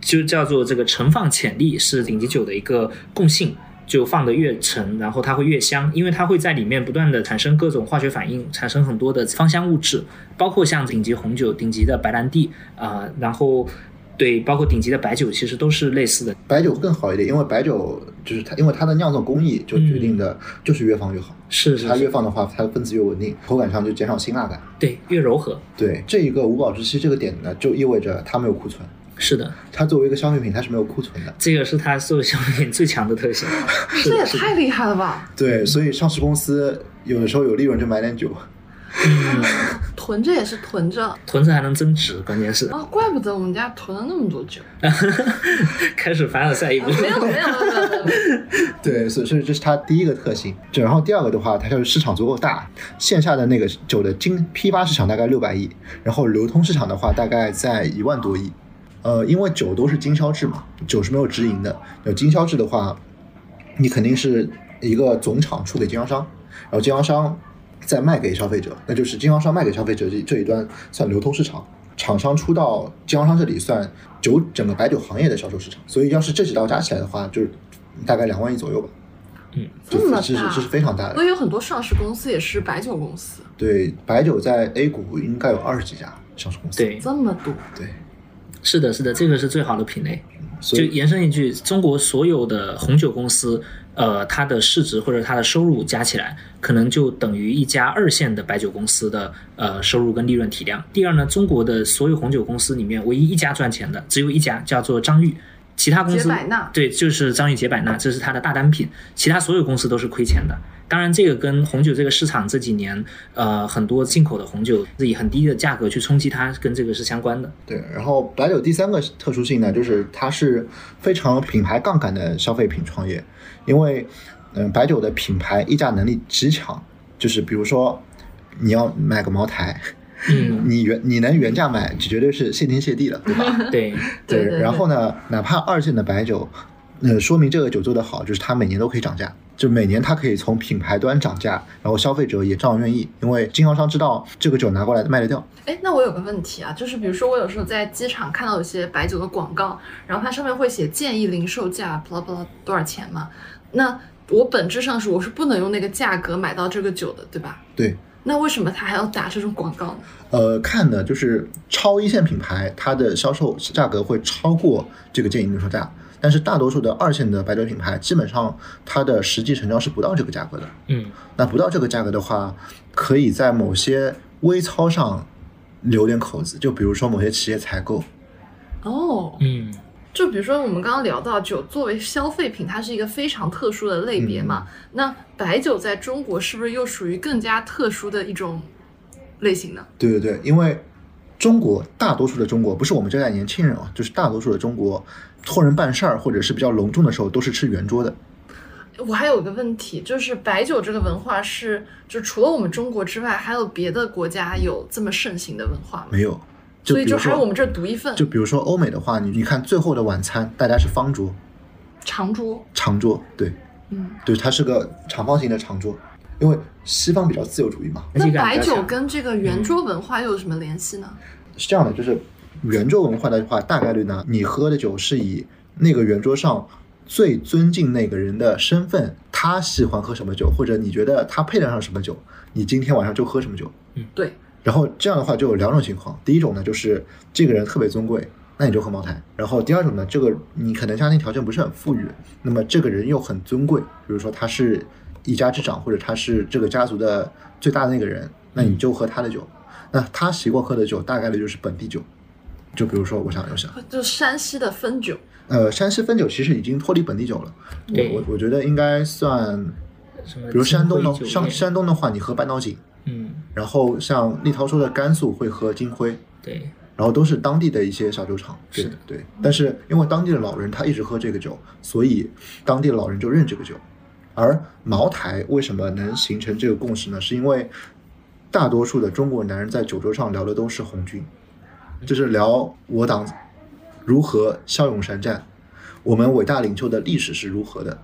Speaker 3: 就叫做这个陈放潜力是顶级酒的一个共性，就放的越陈，然后它会越香，因为它会在里面不断的产生各种化学反应，产生很多的芳香物质，包括像顶级红酒、顶级的白兰地啊、然后对，包括顶级的白酒，其实都是类似的。
Speaker 4: 白酒更好一点，因为白酒就是它，因为它的酿造工艺就决定的就是越放越好，
Speaker 3: 嗯是是
Speaker 4: 它越
Speaker 3: 是，
Speaker 4: 放的话，它的分子越稳定，口感上就减少辛辣感。
Speaker 3: 对，越柔和，
Speaker 4: 对这一个无保质期这个点呢，就意味着它没有库存，
Speaker 3: 是的，
Speaker 4: 它作为一个消费品，它是没有库存的。
Speaker 3: 这个是它作为消费品最强的特性。
Speaker 1: 这也太厉害了吧！
Speaker 4: 对，所以上市公司有的时候有利润就买点酒，
Speaker 3: 嗯
Speaker 1: 囤着也是囤着
Speaker 3: 囤着还能增值，关键是
Speaker 1: 啊，怪不得我们家囤了那么多酒。
Speaker 3: 开始凡尔赛一
Speaker 1: 啊
Speaker 3: 步。
Speaker 1: 没有没有没有没有没有，
Speaker 4: 对，所以所以这是它第一个特性。这然后第二个的话，它就是市场足够大，线下的那个酒的经批发市场大概六百亿，然后流通市场的话大概在一万多亿。呃，因为酒都是经销制嘛，酒是没有直营的。有经销制的话，你肯定是一个总厂出给经销商，然后经销商再卖给消费者，那就是经销商卖给消费者这这一端算流通市场，厂商出到经销商这里算酒整个白酒行业的销售市场。所以要是这几道加起来的话，就是大概两万亿左右吧。
Speaker 3: 嗯，
Speaker 4: 这
Speaker 1: 这么
Speaker 4: 是
Speaker 1: 大
Speaker 4: 这是非常大
Speaker 1: 我
Speaker 4: 的。
Speaker 1: 也有很多上市公司也是白酒公司，
Speaker 4: 对，白酒在 A 股应该有二十几家上市公司。
Speaker 3: 对，
Speaker 1: 这么多，
Speaker 4: 对，
Speaker 3: 是的，是的，这个是最好的品类。
Speaker 4: 所
Speaker 3: 就
Speaker 4: 以
Speaker 3: 延伸一句，中国所有的红酒公司，呃，它的市值或者它的收入加起来，可能就等于一家二线的白酒公司的呃收入跟利润体量。第二呢，中国的所有红酒公司里面，唯一一家赚钱的只有一家，叫做张裕。其他公司
Speaker 1: 杰百纳
Speaker 3: 对，就是张裕杰百纳，这是它的大单品，其他所有公司都是亏钱的。当然，这个跟红酒这个市场这几年，呃，很多进口的红酒是以很低的价格去冲击它，跟这个是相关的。
Speaker 4: 对，然后白酒第三个特殊性呢，就是它是非常品牌杠杆的消费品创业，因为嗯、呃白酒的品牌溢价能力极强，就是比如说你要买个茅台，
Speaker 3: 嗯，
Speaker 4: 你原你能原价买，绝对是谢天谢地了，对吧？
Speaker 3: 对，
Speaker 1: 对对对
Speaker 4: 然后呢，哪怕二线的白酒，呃，说明这个酒做得好，就是它每年都可以涨价，就每年它可以从品牌端涨价，然后消费者也照样愿意，因为经销商知道这个酒拿过来卖得掉。
Speaker 1: 哎，那我有个问题啊，就是比如说我有时候在机场看到有些白酒的广告，然后它上面会写建议零售价，巴拉巴拉多少钱嘛？那我本质上是我是不能用那个价格买到这个酒的，对吧？
Speaker 4: 对，
Speaker 1: 那为什么他还要打这种广告呢？
Speaker 4: 呃，看的就是超一线品牌，它的销售价格会超过这个建议零售价，但是大多数的二线的白酒品牌，基本上它的实际成交是不到这个价格的。
Speaker 3: 嗯。
Speaker 4: 那不到这个价格的话，可以在某些微操上留点口子，就比如说某些企业采购，
Speaker 1: 哦，
Speaker 3: 嗯
Speaker 1: 就比如说我们刚刚聊到酒作为消费品，它是一个非常特殊的类别嘛。那白酒在中国是不是又属于更加特殊的一种类型呢？
Speaker 4: 对对对，因为中国大多数的中国，不是我们这代年轻人啊，就是大多数的中国，托人办事儿或者是比较隆重的时候，都是吃圆桌的。
Speaker 1: 我还有个问题，就是白酒这个文化是，就除了我们中国之外，还有别的国家有这么盛行的文化吗？
Speaker 4: 没有，就
Speaker 1: 所以
Speaker 4: 比
Speaker 1: 就
Speaker 4: 如
Speaker 1: 还是我
Speaker 4: 说
Speaker 1: 们，这儿独一份，
Speaker 4: 就比如说欧美的话，你你看《最后的晚餐》，大家是方桌、
Speaker 1: 长桌。
Speaker 4: 长桌，对
Speaker 1: 嗯，
Speaker 4: 对，它是个长方形的长桌，因为西方比较自由主义嘛，
Speaker 3: 那
Speaker 1: 那
Speaker 3: 就感觉
Speaker 1: 白酒
Speaker 3: 像
Speaker 1: 跟这个圆
Speaker 4: 嗯
Speaker 1: 桌文化又有什么联系呢？
Speaker 4: 是这样的，就是圆桌文化的话，大概率呢，你喝的酒是以那个圆桌上最尊敬那个人的身份，他喜欢喝什么酒，或者你觉得他配得上什么酒，你今天晚上就喝什么酒。
Speaker 1: 对，
Speaker 4: 然后这样的话就有两种情况，第一种呢就是这个人特别尊贵，那你就喝茅台；然后第二种呢，这个你可能家庭条件不是很富裕，那么这个人又很尊贵，比如说他是一家之长，或者他是这个家族的最大的那个人，那你就喝他的酒。那他习惯喝的酒大概率就是本地酒，就比如说我想我想，
Speaker 1: 就山西的汾酒。
Speaker 4: 呃，山西汾酒其实已经脱离本地酒了，
Speaker 3: 对
Speaker 4: 我我我觉得应该算，
Speaker 3: 什么
Speaker 4: 比如山东
Speaker 3: 金
Speaker 4: 的
Speaker 3: 辉酒
Speaker 4: 山
Speaker 3: 店
Speaker 4: 山东的话，你喝半岛井，
Speaker 3: 嗯，
Speaker 4: 然后像立涛说的甘肃会喝金辉。
Speaker 3: 对，
Speaker 4: 然后都是当地的一些小酒厂。对
Speaker 3: 是的
Speaker 4: 对。但是因为当地的老人他一直喝这个酒，所以当地的老人就认这个酒。而茅台为什么能形成这个共识呢？是因为大多数的中国男人在酒桌上聊的都是红军，就是聊我党如何骁勇善战，我们伟大领袖的历史是如何的，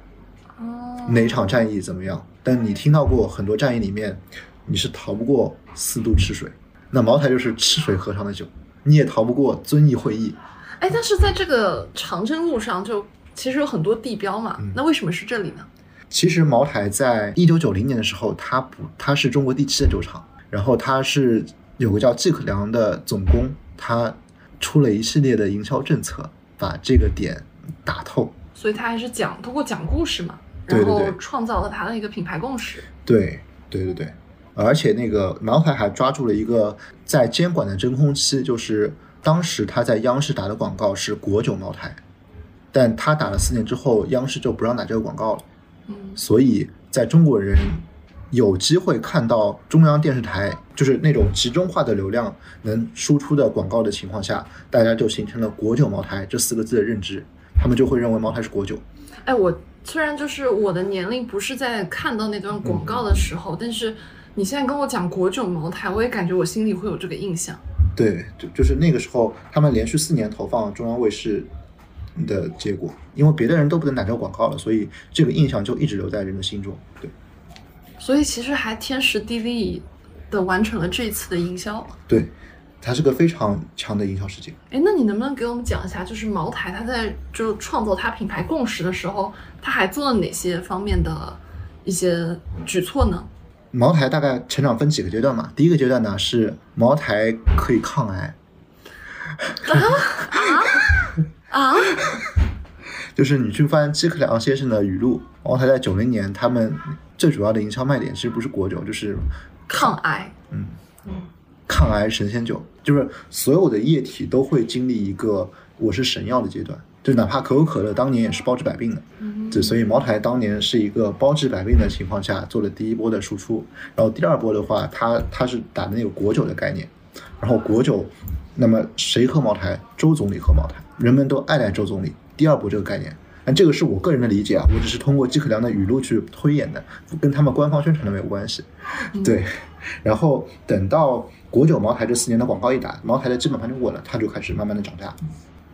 Speaker 1: 哦，
Speaker 4: 哪场战役怎么样？但你听到过很多战役里面，你是逃不过四渡赤水，那茅台就是赤水河上的酒，你也逃不过遵义会议。
Speaker 1: 哎，但是在这个长征路上就。其实有很多地标嘛，
Speaker 4: 嗯
Speaker 1: 那为什么是这里呢？
Speaker 4: 其实茅台在一九九零年的时候，它不，它是中国第七的酒厂，然后它是有个叫季可良的总工，他出了一系列的营销政策，把这个点打透。
Speaker 1: 所以他还是讲通过讲故事嘛，
Speaker 4: 对
Speaker 1: 然
Speaker 4: 对
Speaker 1: 后
Speaker 4: 对
Speaker 1: 创造了他的一个品牌共识。
Speaker 4: 对，对对对，而且那个茅台还抓住了一个在监管的真空期，就是当时他在央视打的广告是国酒茅台，但他打了四年之后，央视就不让打这个广告了。
Speaker 1: 嗯，
Speaker 4: 所以在中国人有机会看到中央电视台就是那种集中化的流量能输出的广告的情况下，大家就形成了“国酒茅台”这四个字的认知，他们就会认为茅台是国酒。
Speaker 1: 哎，我虽然就是我的年龄不是在看到那段广告的时候，但是你现在跟我讲国酒茅台，我也感觉我心里会有这个印象。
Speaker 4: 对，就就是那个时候，他们连续四年投放中央卫视的结果，因为别的人都不能打这个广告了，所以这个印象就一直留在人的心中。对，
Speaker 1: 所以其实还天时地利的完成了这一次的营销。
Speaker 4: 对，它是个非常强的营销事件。
Speaker 1: 哎，那你能不能给我们讲一下，就是茅台它在就创作它品牌共识的时候，它还做了哪些方面的一些举措呢？
Speaker 4: 茅台大概成长分几个阶段嘛？第一个阶段呢是茅台可以抗癌，
Speaker 1: 啊，
Speaker 4: 就是你去翻季克良先生的语录，茅台在九零年他们最主要的营销卖点其实不是果酒，就是
Speaker 1: 抗癌，
Speaker 4: 抗癌神仙酒，就是所有的液体都会经历一个我是神药的阶段，就哪怕可口可乐当年也是包治百病的，
Speaker 1: 嗯
Speaker 4: 对，所以茅台当年是一个包治百病的情况下做了第一波的输出，然后第二波的话，它它是打的那个果酒的概念，然后果酒，那么谁喝茅台？周总理喝茅台，人们都爱戴周总理。第二波这个概念，但这个是我个人的理解啊，我只是通过季可良的语录去推演的，跟他们官方宣传的没有关系。对，然后等到国酒茅台这四年的广告一打，茅台的基本盘就稳了，它就开始慢慢的涨价。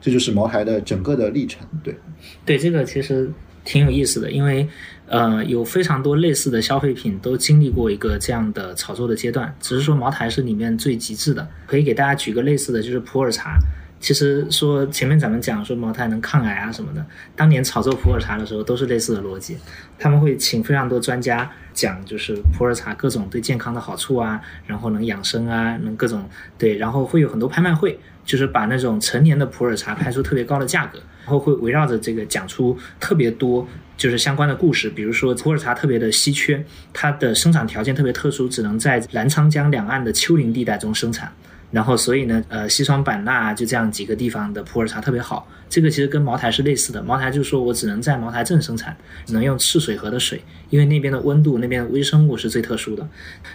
Speaker 4: 这就是茅台的整个的历程，对，
Speaker 3: 对这个其实挺有意思的，因为呃，有非常多类似的消费品都经历过一个这样的炒作的阶段，只是说茅台是里面最极致的。可以给大家举个类似的，就是普洱茶。其实说前面咱们讲说茅台能抗癌啊什么的，当年炒作普洱茶的时候都是类似的逻辑，他们会请非常多专家讲，就是普洱茶各种对健康的好处啊，然后能养生啊，能各种对，然后会有很多拍卖会，就是把那种成年的普洱茶拍出特别高的价格，然后会围绕着这个讲出特别多就是相关的故事，比如说普洱茶特别的稀缺，它的生长条件特别特殊，只能在澜沧江两岸的丘陵地带中生产。然后，所以呢，呃，西双版纳啊就这样几个地方的普洱茶特别好。这个其实跟茅台是类似的，茅台就说我只能在茅台镇生产，只能用赤水河的水，因为那边的温度、那边的微生物是最特殊的。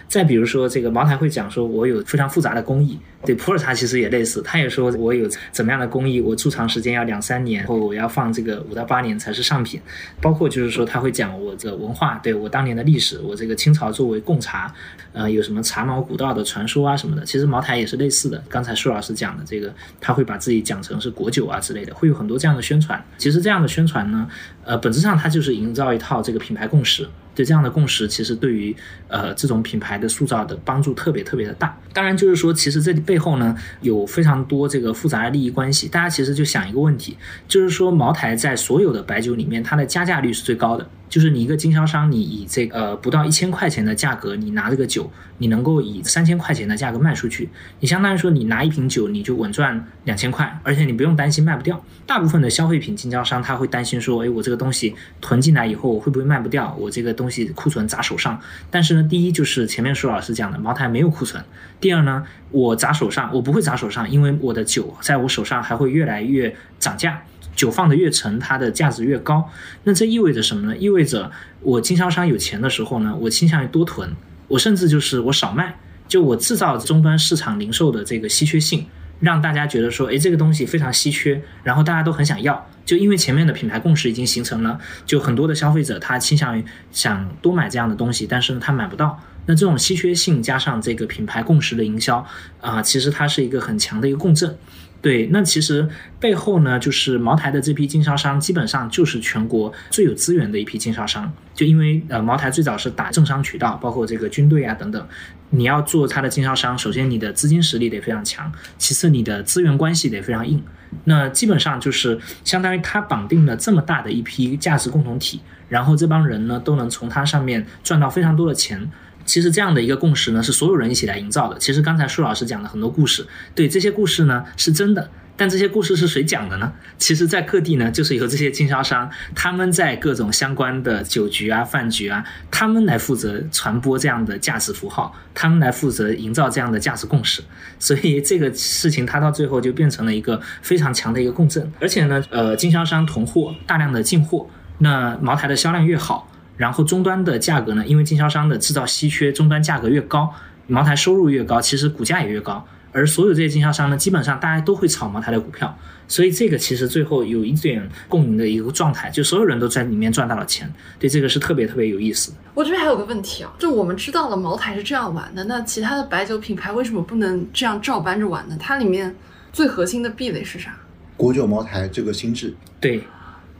Speaker 3: 再比如说，这个茅台会讲说，我有非常复杂的工艺。对，普洱茶其实也类似，他也说我有怎么样的工艺，我贮藏时间要两三年，然后我要放这个五到八年才是上品。包括就是说，他会讲我这个文化，对我当年的历史，我这个清朝作为贡茶，呃，有什么茶毛古道的传说啊什么的。其实茅台也是类似的，刚才舒老师讲的这个，他会把自己讲成是国酒啊之类的，会有很多这样的宣传。其实这样的宣传呢，呃，本质上它就是营造一套这个品牌共识。对这样的共识，其实对于呃这种品牌的塑造的帮助特别特别的大。当然，就是说，其实这背后呢有非常多这个复杂的利益关系。大家其实就想一个问题，就是说茅台在所有的白酒里面，它的加价率是最高的。就是你一个经销商，你以这个、呃不到一千块钱的价格，你拿这个呃酒，你能够以三千块钱的价格卖出去，你相当于说你拿一瓶酒你就稳赚两千块，而且你不用担心卖不掉。大部分的消费品经销商他会担心说，哎，我这个东西囤进来以后我会不会卖不掉？我这个东西库存砸手上。但是呢，第一就是前面舒老师讲的，茅台没有库存。第二呢，我砸手上，我不会砸手上，因为我的酒在我手上还会越来越涨价。酒放得越沉，它的价值越高。那这意味着什么呢？意味着我经销商有钱的时候呢，我倾向于多囤，我甚至就是我少卖，就我制造终端市场零售的这个稀缺性。让大家觉得说，哎，这个东西非常稀缺，然后大家都很想要。就因为前面的品牌共识已经形成了，就很多的消费者他倾向于想多买这样的东西，但是呢他买不到。那这种稀缺性加上这个品牌共识的营销啊、其实它是一个很强的一个共振。对，那其实背后呢，就是茅台的这批经销商，基本上就是全国最有资源的一批经销商。就因为呃，茅台最早是打政商渠道，包括这个军队啊等等。你要做它的经销商，首先你的资金实力得非常强，其次你的资源关系得非常硬。那基本上就是相当于它绑定了这么大的一批价值共同体，然后这帮人呢都能从它上面赚到非常多的钱。其实这样的一个共识呢，是所有人一起来营造的。其实刚才舒老师讲的很多故事，对这些故事呢是真的，但这些故事是谁讲的呢？其实，在各地呢，就是由这些经销商，他们在各种相关的酒局啊、饭局啊，他们来负责传播这样的价值符号，他们来负责营造这样的价值共识。所以这个事情它到最后就变成了一个非常强的一个共振。而且呢，呃，经销商囤货，大量的进货，那茅台的销量越好。然后终端的价格呢，因为经销商的制造稀缺，终端价格越高，茅台收入越高，其实股价也越高。而所有这些经销商呢，基本上大家都会炒茅台的股票，所以这个其实最后有一点共赢的一个状态，就所有人都在里面赚到了钱。对，这个是特别特别有意思的。
Speaker 1: 我这边还有个问题啊，就我们知道了茅台是这样玩的，那其他的白酒品牌为什么不能这样照搬着玩呢？它里面最核心的壁垒是啥？
Speaker 4: 国酒茅台这个心智，
Speaker 3: 对，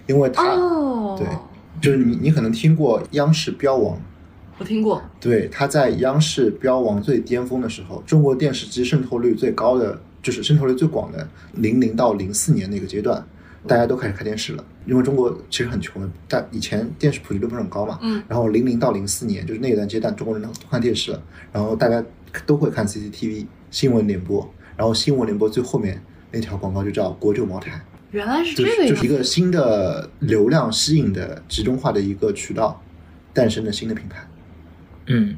Speaker 4: 因为它、
Speaker 1: 哦，
Speaker 4: 对就是你你可能听过央视标王，
Speaker 1: 我听过，
Speaker 4: 对，它在央视标王最巅峰的时候，中国电视机渗透率最高的，就是渗透率最广的零零到零四年那个阶段，大家都开始看电视了，因为中国其实很穷的，但以前电视普及率不是很高嘛，
Speaker 1: 嗯，
Speaker 4: 然后零零到零四年就是那段阶段，中国人都看电视了，然后大家都会看 CCTV 新闻联播，然后新闻联播最后面那条广告就叫国酒茅台，
Speaker 1: 原来是
Speaker 4: 就
Speaker 1: 这
Speaker 4: 是
Speaker 1: 个
Speaker 4: 就
Speaker 1: 样
Speaker 4: 是一
Speaker 1: 子。
Speaker 4: 个新的流量吸引的集中化的一个渠道，诞生了新的品牌。
Speaker 3: 嗯，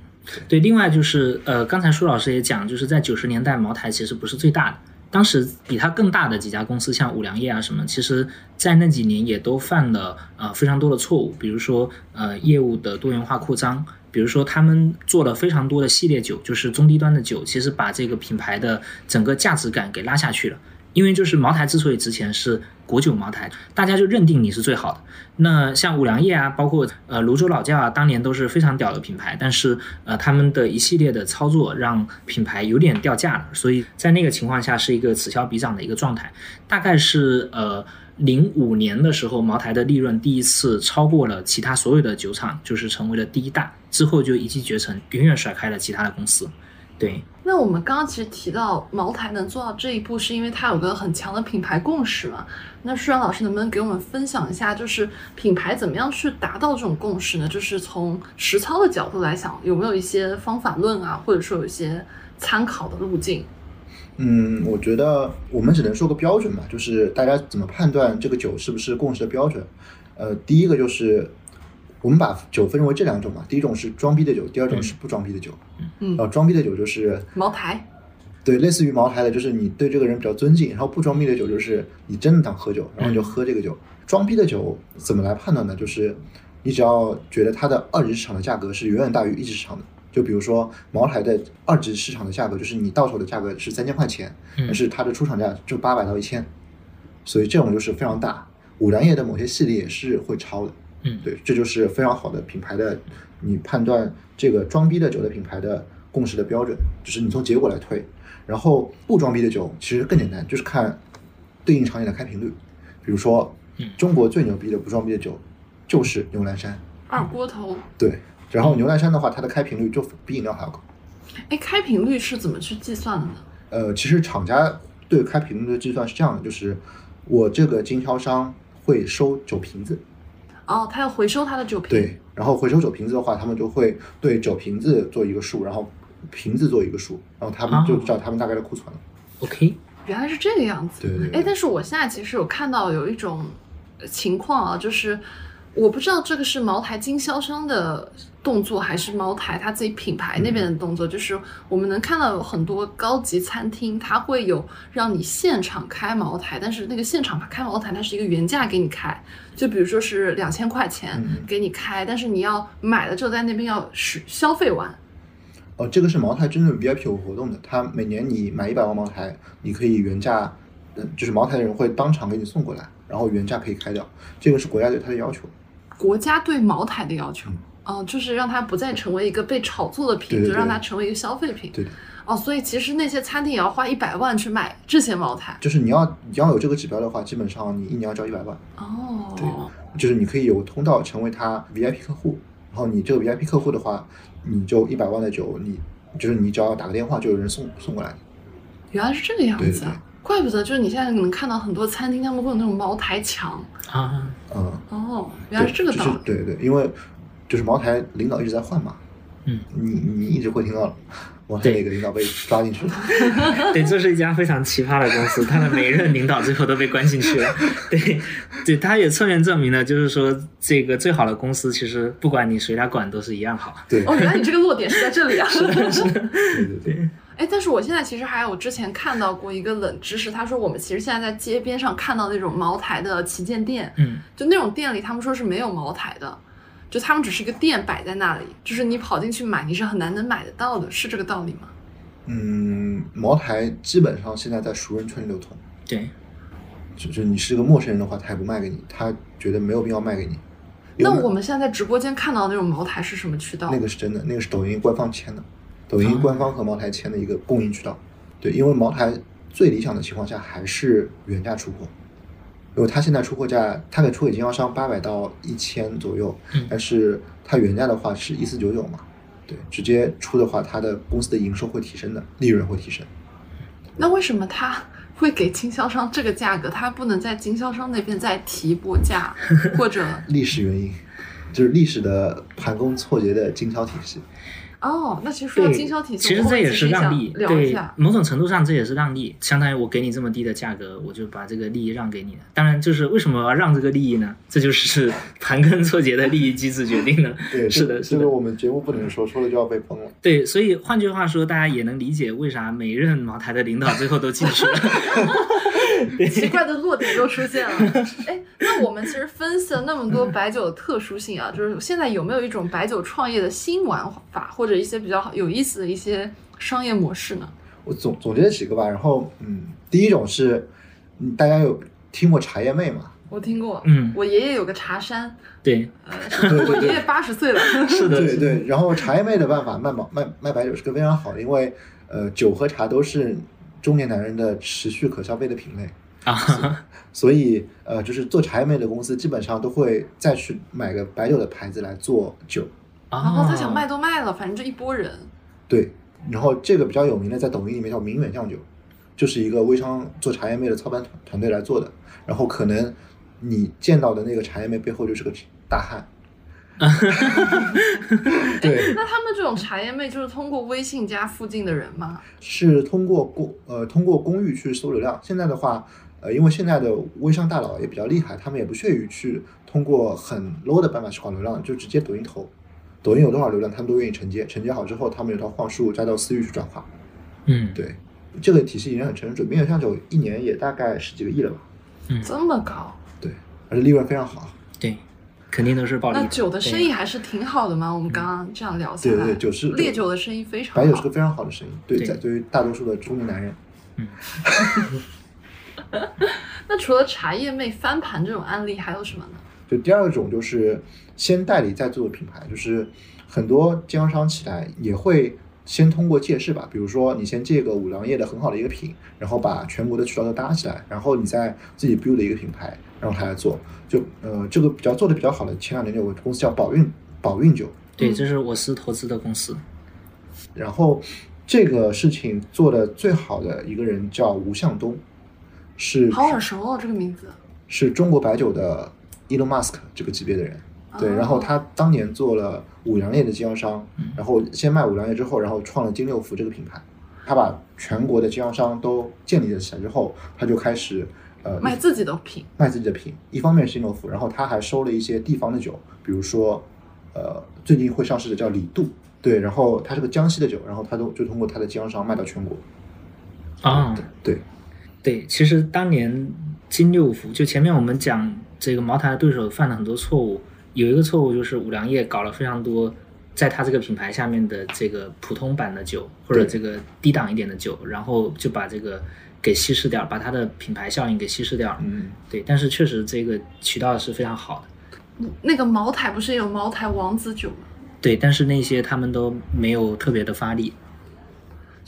Speaker 3: 对。另外就是呃，刚才舒老师也讲，就是在九十年代，茅台其实不是最大的，当时比它更大的几家公司，像五粮液啊什么，其实在那几年也都犯了呃非常多的错误，比如说呃业务的多元化扩张。比如说，他们做了非常多的系列酒，就是中低端的酒，其实把这个品牌的整个价值感给拉下去了。因为就是茅台之所以值钱是国酒茅台，大家就认定你是最好的。那像五粮液啊，包括呃泸州老窖啊，当年都是非常屌的品牌，但是呃他们的一系列的操作让品牌有点掉价了，所以在那个情况下是一个此消彼长的一个状态。大概是呃零五年的时候，茅台的利润第一次超过了其他所有的酒厂，就是成为了第一大，之后就一骑绝尘，远远甩开了其他的公司。对，
Speaker 1: 那我们刚刚其实提到茅台能做到这一步，是因为它有个很强的品牌共识嘛。那舒然老师能不能给我们分享一下，就是品牌怎么样去达到这种共识呢？就是从实操的角度来讲，有没有一些方法论啊，或者说有一些参考的路径？
Speaker 4: 嗯，我觉得我们只能说个标准吧，就是大家怎么判断这个酒是不是共识的标准。呃，第一个就是我们把酒分为这两种嘛，第一种是装逼的酒，第二种是不装逼的酒。
Speaker 1: 嗯
Speaker 4: 然后装逼的酒就是
Speaker 1: 茅台，
Speaker 4: 对，类似于茅台的，就是你对这个人比较尊敬，然后不装逼的酒就是你真的当喝酒，然后你就喝这个酒。装逼的酒怎么来判断呢？就是你只要觉得它的二级市场的价格是远远大于一级市场的，就比如说茅台的二级市场的价格，就是你到手的价格是三千块钱，
Speaker 3: 嗯
Speaker 4: 但是它的出厂价就八百到一千，所以这种就是非常大。五粮液的某些系列也是会超的，
Speaker 3: 嗯，
Speaker 4: 对，这就是非常好的品牌的，你判断这个装逼的酒的品牌的共识的标准，就是你从结果来推。然后不装逼的酒其实更简单，就是看对应场景的开瓶率。比如说
Speaker 3: 嗯，
Speaker 4: 中国最牛逼的不装逼的酒就是牛栏山，
Speaker 1: 二锅头，
Speaker 4: 对。然后牛栏山的话，它的开瓶率就比饮料还要高。
Speaker 1: 哎，开瓶率是怎么去计算的呢？
Speaker 4: 呃，其实厂家对开瓶率的计算是这样的，就是我这个经销商会收酒瓶子，
Speaker 1: 哦，他要回收他的酒瓶，
Speaker 4: 对，然后回收酒瓶子的话，他们就会对酒瓶子做一个数，然后瓶子做一个数，然后他们就知道他们大概的库存了。
Speaker 3: ，OK。
Speaker 1: 原来是这个样子。
Speaker 4: 对对对
Speaker 1: 哎，但是我现在其实有看到有一种呃情况啊，就是我不知道这个是茅台经销商的动作，还是茅台它自己品牌那边的动作。就是我们能看到有很多高级餐厅，它会有让你现场开茅台，但是那个现场开茅台它是一个原价给你开，就比如说是两千块钱
Speaker 4: 嗯
Speaker 1: 给你开，但是你要买了之后在那边要使消费完。
Speaker 4: 哦，这个是茅台真正 VIP 有活动的，它每年你买一百万茅台，你可以原价，嗯，就是茅台的人会当场给你送过来，然后原价可以开掉，这个是国家对它的要求。
Speaker 1: 国家对茅台的要求，嗯、就是让它不再成为一个被炒作的品，
Speaker 4: 对对
Speaker 1: 就让
Speaker 4: 对
Speaker 1: 它成为一个消费品。
Speaker 4: 对的，
Speaker 1: 哦，所以其实那些餐厅也要花一百万去买这些茅台。
Speaker 4: 就是你要你要有这个指标的话，基本上你一年要交一百万，
Speaker 1: 哦，
Speaker 4: 就是你可以有通道成为它 VIP 客户，然后你这个 VIP 客户的话，你就一百万的酒，你就是你只要打个电话就有人送送过来。
Speaker 1: 原来是这个样
Speaker 4: 对
Speaker 1: 子
Speaker 4: 对对
Speaker 1: 啊！怪不得，就是你现在能看到很多餐厅，他们会有那种茅台墙。
Speaker 3: 啊，
Speaker 4: 嗯，
Speaker 1: 哦，原来
Speaker 4: 对，
Speaker 1: 是这个
Speaker 4: 就
Speaker 1: 道
Speaker 4: 是
Speaker 1: 理。
Speaker 4: 对对，因为就是茅台领导一直在换嘛，
Speaker 3: 嗯，
Speaker 4: 你你一直会听到茅台
Speaker 3: 对
Speaker 4: 哪个领导被抓 进去了，
Speaker 3: 对，这是一家非常奇葩的公司，它的每任领导最后都被关进去了。对，对，它也侧面证明了，就是说这个最好的公司，其实不管你谁来管都是一样好。
Speaker 4: 对
Speaker 1: 哦，原来你这个落点是在这里 啊！
Speaker 4: 对对对，
Speaker 1: 哎，但是我现在其实还有之前看到过一个冷知识，他说我们其实现在在街边上看到那种茅台的旗舰店，
Speaker 3: 嗯，
Speaker 1: 就那种店里他们说是没有茅台的，就他们只是一个店摆在那里，就是你跑进去买你是很难能买得到的，是这个道理吗？
Speaker 4: 嗯，茅台基本上现在在熟人圈流通，
Speaker 3: 对，
Speaker 4: 就是你是个陌生人的话，他也不卖给你，他觉得没有必要卖给你。
Speaker 1: 那
Speaker 4: 有没有
Speaker 1: 我们现在在直播间看到的那种茅台是什么渠道？
Speaker 4: 那个是真的，那个是抖音官方签的，抖音
Speaker 3: 哦啊
Speaker 4: 官方和茅台签的一个供应渠道。对，因为茅台最理想的情况下还是原价出货，因为它现在出货价，它给出给经销商八百到一千左右
Speaker 3: 嗯，
Speaker 4: 但是它原价的话是一四九九嘛，对，直接出的话，它的公司的营收会提升的，利润会提升。
Speaker 1: 那为什么他 会给经销商这个价格，他不能在经销商那边再提一波价，或 者
Speaker 4: 历史原因就是历史的盘根错节的经销体系。
Speaker 1: 哦，那其实说到
Speaker 3: 对，
Speaker 1: 经销体系，
Speaker 3: 其
Speaker 1: 我
Speaker 3: 实这
Speaker 1: 后面
Speaker 3: 也是
Speaker 1: 其实
Speaker 3: 让
Speaker 1: 想
Speaker 3: 利，
Speaker 1: 聊一
Speaker 3: 对
Speaker 1: 下，。
Speaker 3: 某种程度上这也是让利，相当于我给你这么低的价格，我就把这个利益让给你了。当然，就是为什么我要让这个利益呢？这就是 盘根错节的利益机制决定的。
Speaker 4: 对，
Speaker 3: 是
Speaker 4: 这
Speaker 3: 的，是
Speaker 4: 这
Speaker 3: 的
Speaker 4: 个。我们节目不能说，说了就要被崩了。
Speaker 3: 对，所以换句话说，大家也能理解为啥每任茅台的领导最后都进去了。
Speaker 1: 奇怪的落点又出现了，哎，那我们其实分析了那么多白酒的特殊性啊，就是现在有没有一种白酒创业的新玩法，或者一些比较有意思的一些商业模式呢？
Speaker 4: 我总总结了几个吧，然后嗯，第一种是，嗯大家有听过茶叶妹吗？
Speaker 1: 我听过，
Speaker 3: 嗯
Speaker 1: 我爷爷有个茶山，
Speaker 3: 对，
Speaker 1: 呃，是吧我爷爷八十岁了，
Speaker 3: 是的，
Speaker 4: 对对，然后茶叶妹的办法卖毛卖卖白酒是个非常好的，因为呃酒和茶都是中年男人的持续可消费的品类，
Speaker 3: 啊，
Speaker 4: 所以呃就是做茶叶妹的公司基本上都会再去买个白酒的牌子来做酒，
Speaker 1: 然后
Speaker 3: 哦，
Speaker 1: 他想卖都卖了，反正就一波人。
Speaker 4: 对，然后这个比较有名的在抖音里面叫明远酱酒，就是一个微商做茶叶妹的操盘团团队来做的，然后可能你见到的那个茶叶妹背后就是个大汉。对，
Speaker 1: 那他们这种茶叶妹就是通过微信加附近的人吗？
Speaker 4: 是通过公呃通过公域去搜流量。现在的话，呃，因为现在的微商大佬也比较厉害，他们也不屑于去通过很 low 的办法去搞流量，就直接抖音投。抖音有多少流量，他们都愿意承接，承接好之后，他们有套话术加到私域去转化。
Speaker 3: 嗯，
Speaker 4: 对，这个体系已经很成熟，明远上酒一年也大概十几个亿了吧？
Speaker 1: 这么高，
Speaker 4: 对，而且利润非常好。
Speaker 3: 对，肯定都是暴利
Speaker 1: 那
Speaker 3: 的。
Speaker 1: 酒的生
Speaker 3: 对
Speaker 1: 意还是挺好的嘛。我们刚刚这样聊下来，
Speaker 4: 对对对酒是
Speaker 1: 烈酒的生意非常好。
Speaker 4: 白酒是个非常好的生意，对，
Speaker 3: 对
Speaker 4: 在对于大多数的中年男人，
Speaker 1: 那除了茶叶妹翻盘这种案例，还有什么呢？
Speaker 4: 就第二种就是先代理再做的品牌，就是很多经销商起来也会先通过借势吧，比如说你先借个五粮液的很好的一个品，然后把全国的渠道都搭起来，然后你再自己 build 一个品牌，然后他来做。就呃，这个比较做的比较好的，前两年有个公司叫宝运宝运酒，
Speaker 3: 对，这是我司投资的公司。
Speaker 4: 然后这个事情做的最好的一个人叫吴向东，是
Speaker 1: 好耳熟哦，这个名字。
Speaker 4: 是中国白酒的 Elon Musk 这个级别的人。对，
Speaker 1: 哦
Speaker 4: 然后他当年做了五粮液的经销商
Speaker 3: 嗯，
Speaker 4: 然后先卖五粮液之后，然后创了金六福这个品牌。他把全国的经销商都建立了起来之后，他就开始呃
Speaker 1: 卖自己的品，
Speaker 4: 卖自己的品，一方面是金六福，然后他还收了一些地方的酒，比如说呃最近会上市的叫李杜，对，然后它是个江西的酒，然后他都就通过他的经销商卖到全国。
Speaker 3: 啊、
Speaker 4: 对，
Speaker 3: 对，其实当年金六福，就前面我们讲这个茅台的对手犯了很多错误，有一个错误就是五粮液搞了非常多在它这个品牌下面的这个普通版的酒，或者
Speaker 4: 对
Speaker 3: 这个低档一点的酒，然后就把这个给稀释掉，把它的品牌效应给稀释掉了。
Speaker 4: 嗯，
Speaker 3: 对，但是确实这个渠道是非常好的。
Speaker 1: 那个茅台不是也有茅台王子酒吗？
Speaker 3: 对，但是那些他们都没有特别的发力。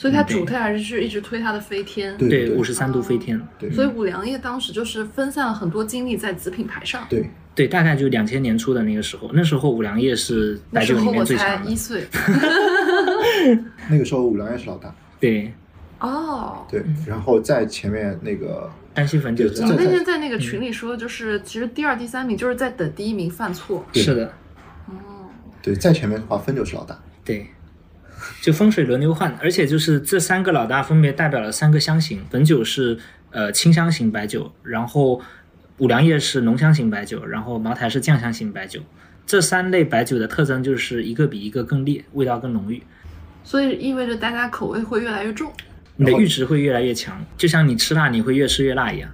Speaker 1: 所以它
Speaker 3: 嗯对
Speaker 1: 主推还是去一直推它的飞天。
Speaker 4: 对
Speaker 3: 嗯对，五十三度飞天。
Speaker 4: 对
Speaker 1: 所以五粮液当时就是分散了很多精力在子品牌上。
Speaker 4: 对，
Speaker 3: 对，大概就两千年初的那个时候，那时候五粮液是
Speaker 1: 那
Speaker 3: 白
Speaker 1: 时
Speaker 3: 酒里
Speaker 1: 候
Speaker 3: 面
Speaker 1: 我
Speaker 3: 最
Speaker 1: 才
Speaker 3: 强
Speaker 1: 一
Speaker 3: 的。
Speaker 1: 岁。
Speaker 4: 那个时候五粮液是老大，
Speaker 3: 对，
Speaker 1: 哦，
Speaker 4: 对，然后在前面那个
Speaker 3: 单细粉酒
Speaker 4: 对
Speaker 3: 是
Speaker 1: 我
Speaker 4: 这
Speaker 1: 们嗯
Speaker 4: 这
Speaker 1: 那天在那个群里说，就是其实第二、第三名就是在等第一名犯错。
Speaker 4: 对
Speaker 3: 是的，
Speaker 1: 哦，
Speaker 4: 对，在前面的话汾酒是老大，
Speaker 3: 对，就风水轮流换，而且就是这三个老大分别代表了三个香型，汾酒是呃清香型白酒，然后五粮液是浓香型白酒，然后茅台是酱香型白酒。这三类白酒的特征就是一个比一个更烈，味道更浓郁，
Speaker 1: 所以意味着大家口味会越来越重。
Speaker 3: 你的
Speaker 4: 然后
Speaker 3: 阈值会越来越强，就像你吃辣你会越吃越辣一样。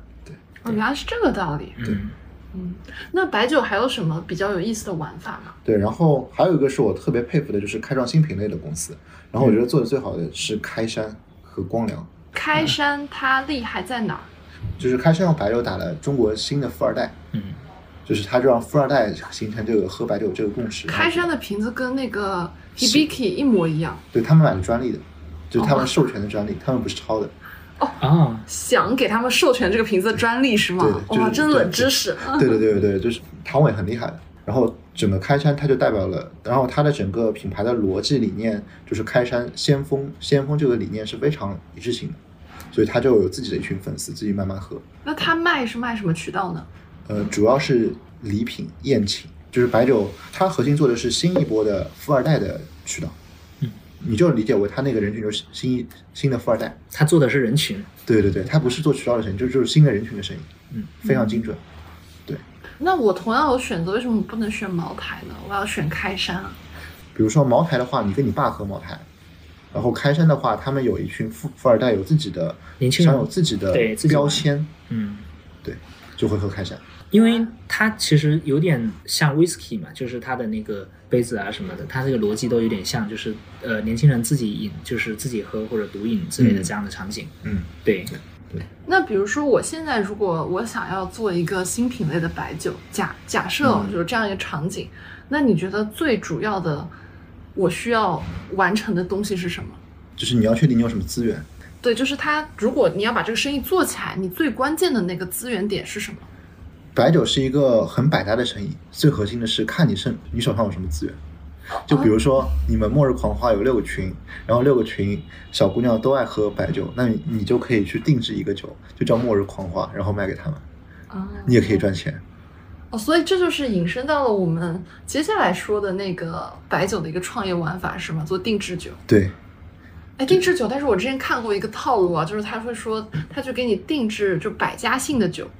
Speaker 1: 哦，原来是这个道理。
Speaker 4: 对
Speaker 3: 嗯，
Speaker 1: 嗯，那白酒还有什么比较有意思的玩法吗？
Speaker 4: 对，然后还有一个是我特别佩服的，就是开创新品类的公司，然后我觉得做的最好的是开山和光良，
Speaker 1: 开山它厉害在哪儿？
Speaker 4: 就是开山用白酒打了中国新的富二代，
Speaker 3: 嗯，
Speaker 4: 就是他就让富二代形成这个喝白酒这个共识，然后
Speaker 1: 开山的瓶子跟那个 Hibiki 一模一样，
Speaker 4: 对他们买的专利的，就
Speaker 1: 哦
Speaker 4: 是他们授权的专利，他们不是抄的，
Speaker 3: 哦，
Speaker 1: 想给他们授权这个瓶子的专利是吗
Speaker 4: 对？就是
Speaker 1: 哇，真冷
Speaker 4: 对
Speaker 1: 知识。
Speaker 4: 对对对对，就是唐伟很厉害的。然后整个开山，它就代表了，然后它的整个品牌的逻辑理念就是开山先锋，先锋这个理念是非常一致性的，所以它就有自己的一群粉丝自己慢慢喝。
Speaker 1: 那它卖是卖什么渠道呢？
Speaker 4: 呃，主要是礼品宴请，就是白酒，它核心做的是新一波的富二代的渠道。
Speaker 3: 嗯，
Speaker 4: 你就理解为它那个人群就是新一新的富二代。
Speaker 3: 他做的是人群，
Speaker 4: 对对对，它不是做渠道的生意，就就是新的人群的生意。
Speaker 3: 嗯，
Speaker 4: 非常精准。
Speaker 1: 那我同样有选择，为什么不能选茅台呢？我要选开山啊！
Speaker 4: 比如说茅台的话，你跟你爸喝茅台，然后开山的话，他们有一群富富二代，有自己的
Speaker 3: 年轻人
Speaker 4: 想有自己的
Speaker 3: 对自己玩
Speaker 4: 标签，
Speaker 3: 嗯。
Speaker 4: 对，就会喝开山。
Speaker 3: 因为它其实有点像 whisky 嘛，就是它的那个杯子啊什么的，它这个逻辑都有点像，就是呃年轻人自己饮，就是自己喝或者独饮之类的
Speaker 4: 嗯
Speaker 3: 这样的场景。
Speaker 4: 嗯，
Speaker 3: 对，
Speaker 1: 那比如说，我现在如果我想要做一个新品类的白酒，假假设哦
Speaker 4: 嗯
Speaker 1: 就是这样一个场景，那你觉得最主要的我需要完成的东西是什么？
Speaker 4: 就是你要确定你有什么资源。
Speaker 1: 对，就是它，如果你要把这个生意做起来，你最关键的那个资源点是什么？
Speaker 4: 白酒是一个很百搭的生意，最核心的是看你剩你手上有什么资源。就比如说，你们末日狂花有六个群，然后六个群小姑娘都爱喝白酒，那你你就可以去定制一个酒，就叫末日狂花，然后卖给他们，
Speaker 1: 啊，
Speaker 4: 你也可以赚钱。
Speaker 1: 哦，所以这就是引申到了我们接下来说的那个白酒的一个创业玩法是吗？做定制酒。
Speaker 4: 对，
Speaker 1: 哎，定制酒，但是我之前看过一个套路啊，就是他会说，他就给你定制就百家姓的酒，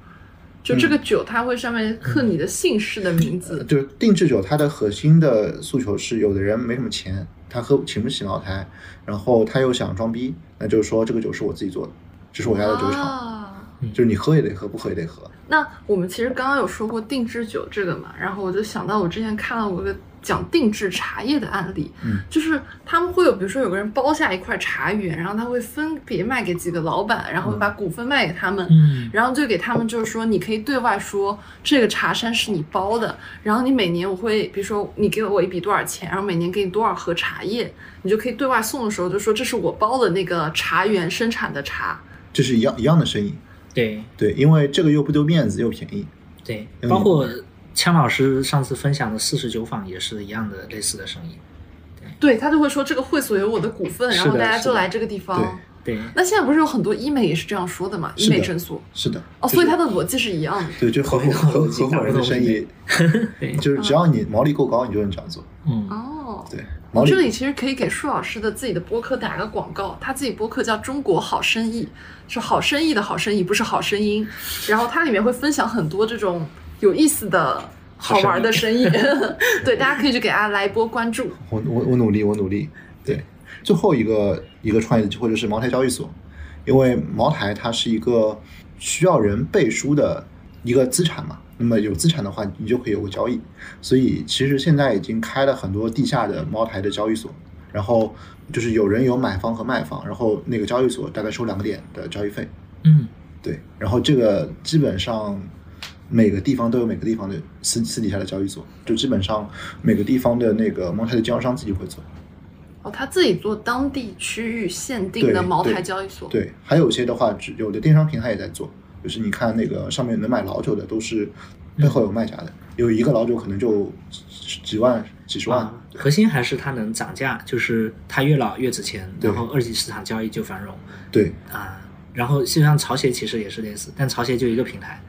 Speaker 1: 就
Speaker 4: 嗯
Speaker 1: 这个酒它会上面刻你的姓氏的名字。
Speaker 4: 呃就是定制酒，它的核心的诉求是，有的人没什么钱，他喝请不起茅台，然后他又想装逼，那就是说这个酒是我自己做的，这是我家的酒厂，
Speaker 1: 啊，
Speaker 4: 就是你喝也得喝，不喝也得喝。
Speaker 1: 那我们其实刚刚有说过定制酒这个嘛，然后我就想到我之前看到过一个讲定制茶叶的案例，
Speaker 4: 嗯
Speaker 1: 就是他们会有，比如说有个人包下一块茶园，然后他会分别卖给几个老板，然后把股份卖给他们，
Speaker 3: 嗯，
Speaker 1: 然后就给他们就是说，你可以对外说这个茶山是你包的，然后你每年我会，比如说你给我一笔多少钱，然后每年给你多少盒茶叶，你就可以对外送的时候就说这是我包的那个茶园生产的茶。
Speaker 4: 这是一样一样的生意，
Speaker 3: 对
Speaker 4: 对，因为这个又不丢面子又便宜，
Speaker 3: 对，
Speaker 4: 嗯
Speaker 3: 包括枪老师上次分享的四十九坊也是一样的类似的生意。
Speaker 1: 对他就会说这个会所有我的股份，
Speaker 3: 是的
Speaker 1: 然后大家
Speaker 3: 是的
Speaker 1: 就来这个地
Speaker 4: 对
Speaker 1: 方。
Speaker 3: 对，
Speaker 1: 那现在不是有很多医美也是这样说的嘛？医
Speaker 4: 是的
Speaker 1: 美诊所
Speaker 4: 是的。
Speaker 1: 哦，
Speaker 4: 就是
Speaker 1: 所以它的逻辑是一样的。
Speaker 4: 对，就合伙合合伙人的生意，
Speaker 3: 对，
Speaker 4: 就是只要你毛利够高，你就能这样做。
Speaker 3: 嗯，
Speaker 1: 哦，
Speaker 4: 对，毛
Speaker 1: 我
Speaker 4: 利
Speaker 1: 这里其实可以给舒老师的自己的播客打个广告，他自己播客叫《中国好生意》，是好生意的好生意，不是好声音。然后它里面会分享很多这种有意思的、好玩的生意， 对，大家可以去给大家来一波关注。
Speaker 4: 我我我努力，我努力。对，最后一个一个创业的机会就是茅台交易所，因为茅台它是一个需要人背书的一个资产嘛。那么有资产的话，你就可以有个交易。所以其实现在已经开了很多地下的茅台的交易所，然后就是有人有买方和卖方，然后那个交易所大概收两个点的交易费。
Speaker 3: 嗯，
Speaker 4: 对，然后这个基本上每个地方都有每个地方的私私底下的交易所，就基本上每个地方的那个茅台的经销商自己会做。
Speaker 1: 哦，他自己做当地区域限定
Speaker 4: 对
Speaker 1: 的茅台
Speaker 4: 对
Speaker 1: 交易
Speaker 3: 哦
Speaker 1: 所。
Speaker 4: 对，还有一些的话，只有的电商平台也在做，就是你看那个上面能买老酒的都是
Speaker 3: 嗯
Speaker 4: 背后有卖家的，有一个老酒可能就几几万、几十万。
Speaker 3: 啊，核心还是它能涨价，就是它越老越值钱，
Speaker 4: 对
Speaker 3: 然后二级市场交易就繁荣
Speaker 4: 对，
Speaker 3: 啊。然后实际上潮鞋其实也是类似，但潮鞋就一个平台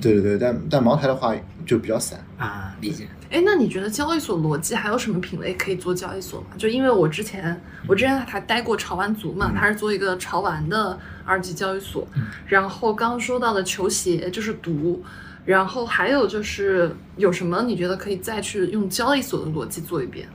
Speaker 4: 对对对，但但茅台的话就比较散。
Speaker 3: 啊，理解。
Speaker 1: 哎，那你觉得交易所逻辑还有什么品类可以做交易所吗？就因为我之前我之前还待过潮玩族嘛，它是做一个潮玩的二级交易所，
Speaker 3: 嗯
Speaker 1: 然后刚刚说到的球鞋就是毒，然后还有就是有什么你觉得可以再去用交易所的逻辑做一遍？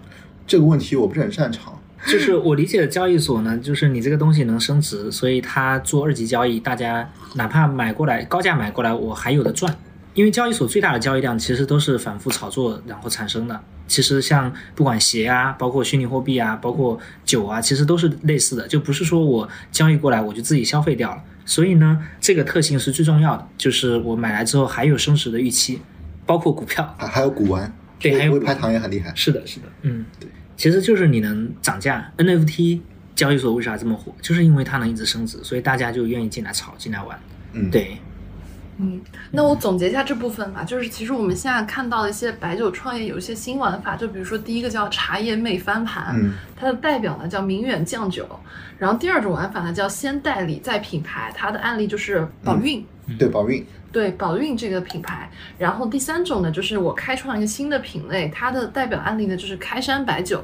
Speaker 4: 这个问题我不是很擅长。
Speaker 3: 就是我理解的交易所呢，就是你这个东西能升值，所以它做二级交易，大家哪怕买过来高价买过来，我还有的赚。因为交易所最大的交易量其实都是反复炒作然后产生的。其实像不管鞋啊，包括虚拟货币啊，包括酒啊，其实都是类似的，就不是说我交易过来我就自己消费掉了。所以呢，这个特性是最重要的，就是我买来之后还有升值的预期，包括股票。
Speaker 4: 还还有古玩，
Speaker 3: 对
Speaker 4: 微
Speaker 3: 还有
Speaker 4: 微
Speaker 3: 古
Speaker 4: 拍
Speaker 3: 玩
Speaker 4: 糖也很厉害。
Speaker 3: 是的，是的，嗯，
Speaker 4: 对，
Speaker 3: 其实就是你能涨价，NFT 交易所为啥这么火，就是因为它能一直升值，所以大家就愿意进来炒，进来玩。
Speaker 4: 嗯，，
Speaker 3: 对，
Speaker 1: 嗯，那我总结一下这部分吧，就是其实我们现在看到的一些白酒创业有一些新玩法，就比如说第一个叫茶叶妹翻盘，
Speaker 4: 嗯，
Speaker 1: 它的代表呢叫明远酱酒，然后第二种玩法呢叫先代理再品牌，它的案例就是宝韵，
Speaker 3: 嗯
Speaker 4: 对，宝运，
Speaker 1: 对宝韵这个品牌。然后第三种呢就是我开创一个新的品类，它的代表案例呢就是开山白酒。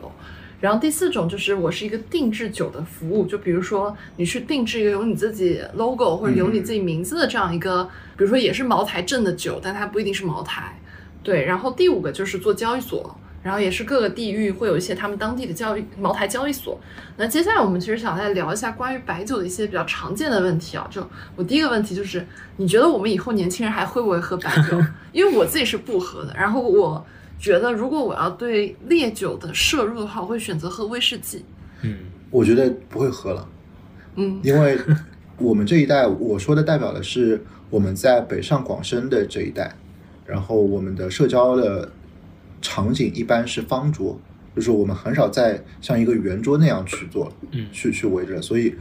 Speaker 1: 然后第四种就是我是一个定制酒的服务，就比如说你去定制一个有你自己 logo 或者有你自己名字的这样一个，比如说也是茅台镇的酒，但它不一定是茅台。对，然后第五个就是做交易所，然后也是各个地域会有一些他们当地的交易茅台交易所。那接下来我们其实想再聊一下关于白酒的一些比较常见的问题啊。就我第一个问题就是，你觉得我们以后年轻人还会不会喝白酒？因为我自己是不喝的，然后我觉得如果我要对烈酒的摄入的话，我会选择喝威士忌。
Speaker 3: 嗯，
Speaker 4: 我觉得不会喝了。
Speaker 1: 嗯，
Speaker 4: 因为我们这一代，我说的代表的是我们在北上广深的这一代，然后我们的社交的场景一般是方桌，就是我们很少在像一个圆桌那样去做，
Speaker 3: 嗯
Speaker 4: 去去围着，所以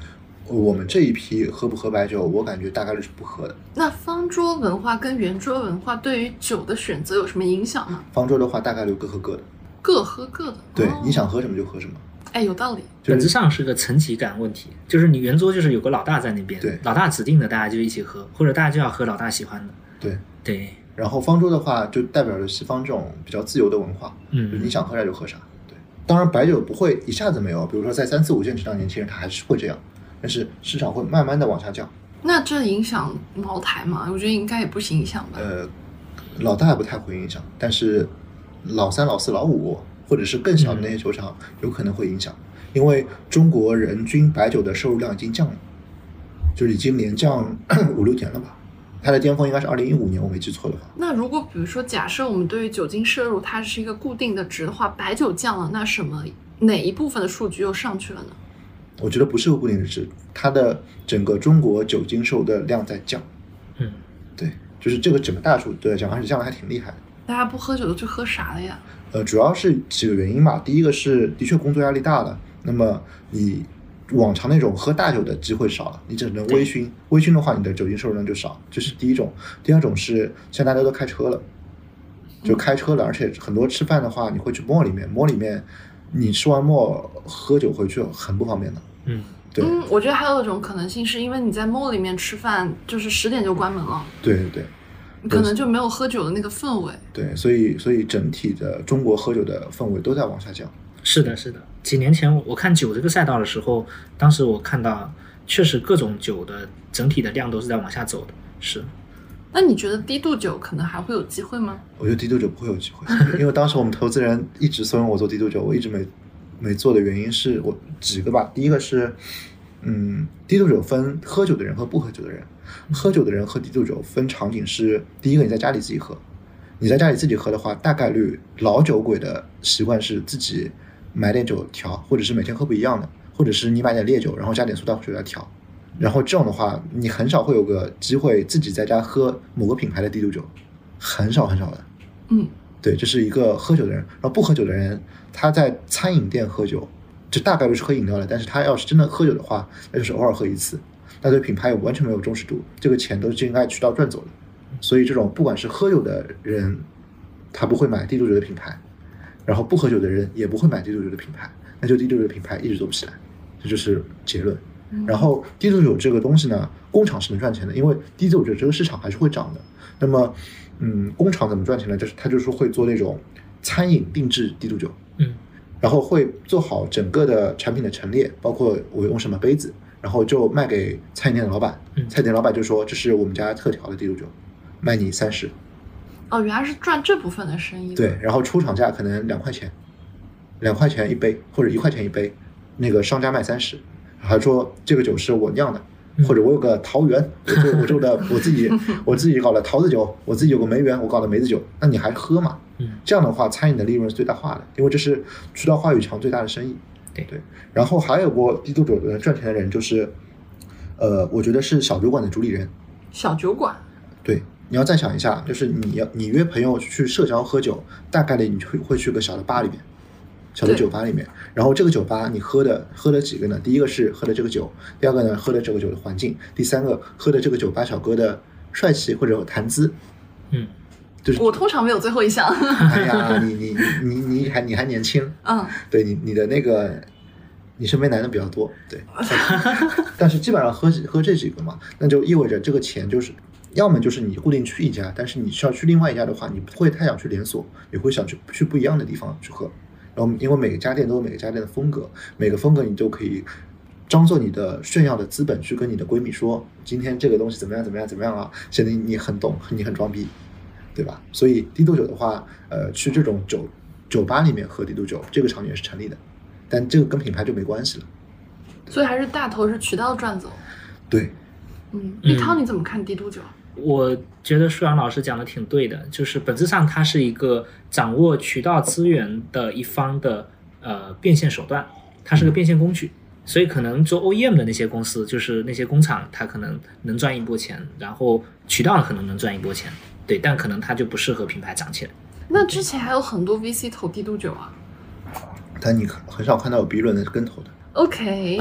Speaker 4: 我们这一批喝不喝白酒，我感觉大概率是不喝的。
Speaker 1: 那方桌文化跟圆桌文化对于酒的选择有什么影响吗？
Speaker 4: 方桌的话，大概率各喝各的，
Speaker 1: 各喝各的。
Speaker 4: 对，
Speaker 1: 哦
Speaker 4: 你，想喝什么就喝什么。
Speaker 1: 哎，有道理。
Speaker 3: 本
Speaker 4: 就
Speaker 3: 质
Speaker 4: 是
Speaker 3: 上是个层级感问题，就是你圆桌就是有个老大在那边，
Speaker 4: 对
Speaker 3: 老大指定的大家就一起喝，或者大家就要喝老大喜欢的，
Speaker 4: 对，
Speaker 3: 对，
Speaker 4: 然后方桌的话，就代表着西方这种比较自由的文化，就是你
Speaker 3: 嗯，
Speaker 4: 想喝啥就喝啥。对，当然白酒不会一下子没有，比如说在三四五线城市的年轻人他还是会这样，但是市场会慢慢的往下降。
Speaker 1: 那这影响茅台吗？我觉得应该也不影响吧。
Speaker 4: 呃，老大不太会影响，但是老三、老四、老五或者是更小的那些酒厂有可能会影响，因为中国人均白酒的摄入量已经降了，就是已经连降 五六年了吧。它的巅峰应该是二零一五年，我没记错的话。
Speaker 1: 那如果比如说，假设我们对于酒精摄入它是一个固定的值的话，白酒降了，那什么哪一部分的数据又上去了呢？
Speaker 4: 我觉得不是个固定值，它的整个中国酒精摄入的量在降。
Speaker 3: 嗯，
Speaker 4: 对，就是这个整个大数对讲，而且降的还挺厉害的。
Speaker 1: 大家不喝酒都去喝啥了呀？
Speaker 4: 呃，主要是几个原因吧。第一个是的确工作压力大了，那么你往常那种喝大酒的机会少了，你只能微醺。微醺的话，你的酒精摄入量就少，这、是第一种。第二种是现在大家都开车了，就开车了，而且很多吃饭的话，你会去 mall 里面，mall 里面你吃完 mall 喝酒回去很不方便的。
Speaker 3: 嗯，
Speaker 4: 对、
Speaker 1: 嗯，我觉得还有一种可能性，是因为你在 mall 里面吃饭，就是十点就关门了，
Speaker 4: 对对对
Speaker 1: 你可能就没有喝酒的那个氛围。
Speaker 4: 对，所以所以整体的中国喝酒的氛围都在往下降。
Speaker 3: 是的，是的。几年前我我看酒这个赛道的时候，当时我看到确实各种酒的整体的量都是在往下走的，是，
Speaker 1: 那你觉得低度酒可能还会有机会吗？
Speaker 4: 我觉得低度酒不会有机会，因为当时我们投资人一直怂恿我做低度酒，我一直没没做的原因是我几个吧。第一个是嗯，低度酒分喝酒的人和不喝酒的人，喝酒的人喝低度酒分场景是：第一个，你在家里自己喝，你在家里自己喝的话，大概率老酒鬼的习惯是自己买点酒调，或者是每天喝不一样的，或者是你买点烈酒，然后加点苏打水来调。然后这种的话，你很少会有个机会自己在家喝某个品牌的低度酒，很少很少的。
Speaker 1: 嗯，
Speaker 4: 对，这是一个喝酒的人，然后不喝酒的人，他在餐饮店喝酒，就大概率是喝饮料的。但是他要是真的喝酒的话，那就是偶尔喝一次，那对品牌也完全没有忠实度，这个钱都是应该渠道赚走的。所以这种不管是喝酒的人，他不会买低度酒的品牌，然后不喝酒的人也不会买低度酒的品牌，那就低度酒的品牌一直做不起来，这就是结论。然后低度酒这个东西呢，工厂是能赚钱的，因为低度酒这个市场还是会涨的。那么，嗯，工厂怎么赚钱呢？就是它就是会做那种餐饮定制低度酒，
Speaker 3: 嗯，
Speaker 4: 然后会做好整个的产品的陈列，包括我用什么杯子，然后就卖给餐饮店的老板。
Speaker 3: 嗯
Speaker 4: 餐饮店老板就说这是我们家特调的低度酒，卖你三十。
Speaker 1: 哦，原来是赚这部分的生意。
Speaker 4: 对，，然后出厂价可能两块钱，两块钱一杯或者一块钱一杯，那个商家卖三十，还说这个酒是我酿的，
Speaker 3: 嗯
Speaker 4: 或者我有个桃园，我做我做的我自 己我自己搞的桃子酒，我自己有个梅园，我搞的梅子酒，那你还喝吗？
Speaker 3: 嗯
Speaker 4: 这样的话，餐饮的利润是最大化的，因为这是渠道话语墙最大的生意。
Speaker 3: 对
Speaker 4: 然后还有过低度酒的人赚钱的人，就是，呃，我觉得是小酒馆的主理人，
Speaker 1: 小酒馆，
Speaker 4: 对，你要再想一下，就是你要你约朋友去社交喝酒，大概率你会会去个小的吧里面，小的
Speaker 1: 对
Speaker 4: 酒吧里面。然后这个酒吧你喝的喝了几个呢？第一个是喝的这个酒，第二个呢喝的这个酒的环境，第三个喝的这个酒吧小哥的帅气或者谈资。
Speaker 3: 嗯，
Speaker 4: 就是
Speaker 1: 我通常没有最后一项。
Speaker 4: 哎呀，你你你你你还你还年轻，
Speaker 1: 嗯，
Speaker 4: 对你你的那个，你身边男的比较多，对，但是基本上喝喝这几个嘛，那就意味着这个钱就是，要么就是你固定去一家，但是你需要去另外一家的话，你不会太想去连锁，你会想去去不一样的地方去喝，然后因为每个家店都有每个家店的风格，每个风格你都可以。装作你的炫耀的资本去跟你的闺蜜说，今天这个东西怎么样怎么样怎么样啊，显得你很懂，你很装逼。对吧？所以低度酒的话，呃，去这种酒酒吧里面喝低度酒，这个场景是成立的，但这个跟品牌就没关系了。
Speaker 1: 所以还是大头是渠道赚走。
Speaker 4: 对，
Speaker 1: 嗯，
Speaker 3: 嗯
Speaker 1: 一涛你怎么看低度酒？啊
Speaker 3: 我觉得舒阳老师讲的挺对的，就是本质上它是一个掌握渠道资源的一方的呃变现手段，它是个变现工具。所以可能做 OEM 的那些公司，就是那些工厂，它可能能赚一波钱，然后渠道可能能赚一波钱，对，但可能它就不适合品牌涨起来。
Speaker 1: 那之前还有很多 VC 投低度酒啊。
Speaker 4: 但你很很少看到有 B 轮的跟头的。
Speaker 1: OK，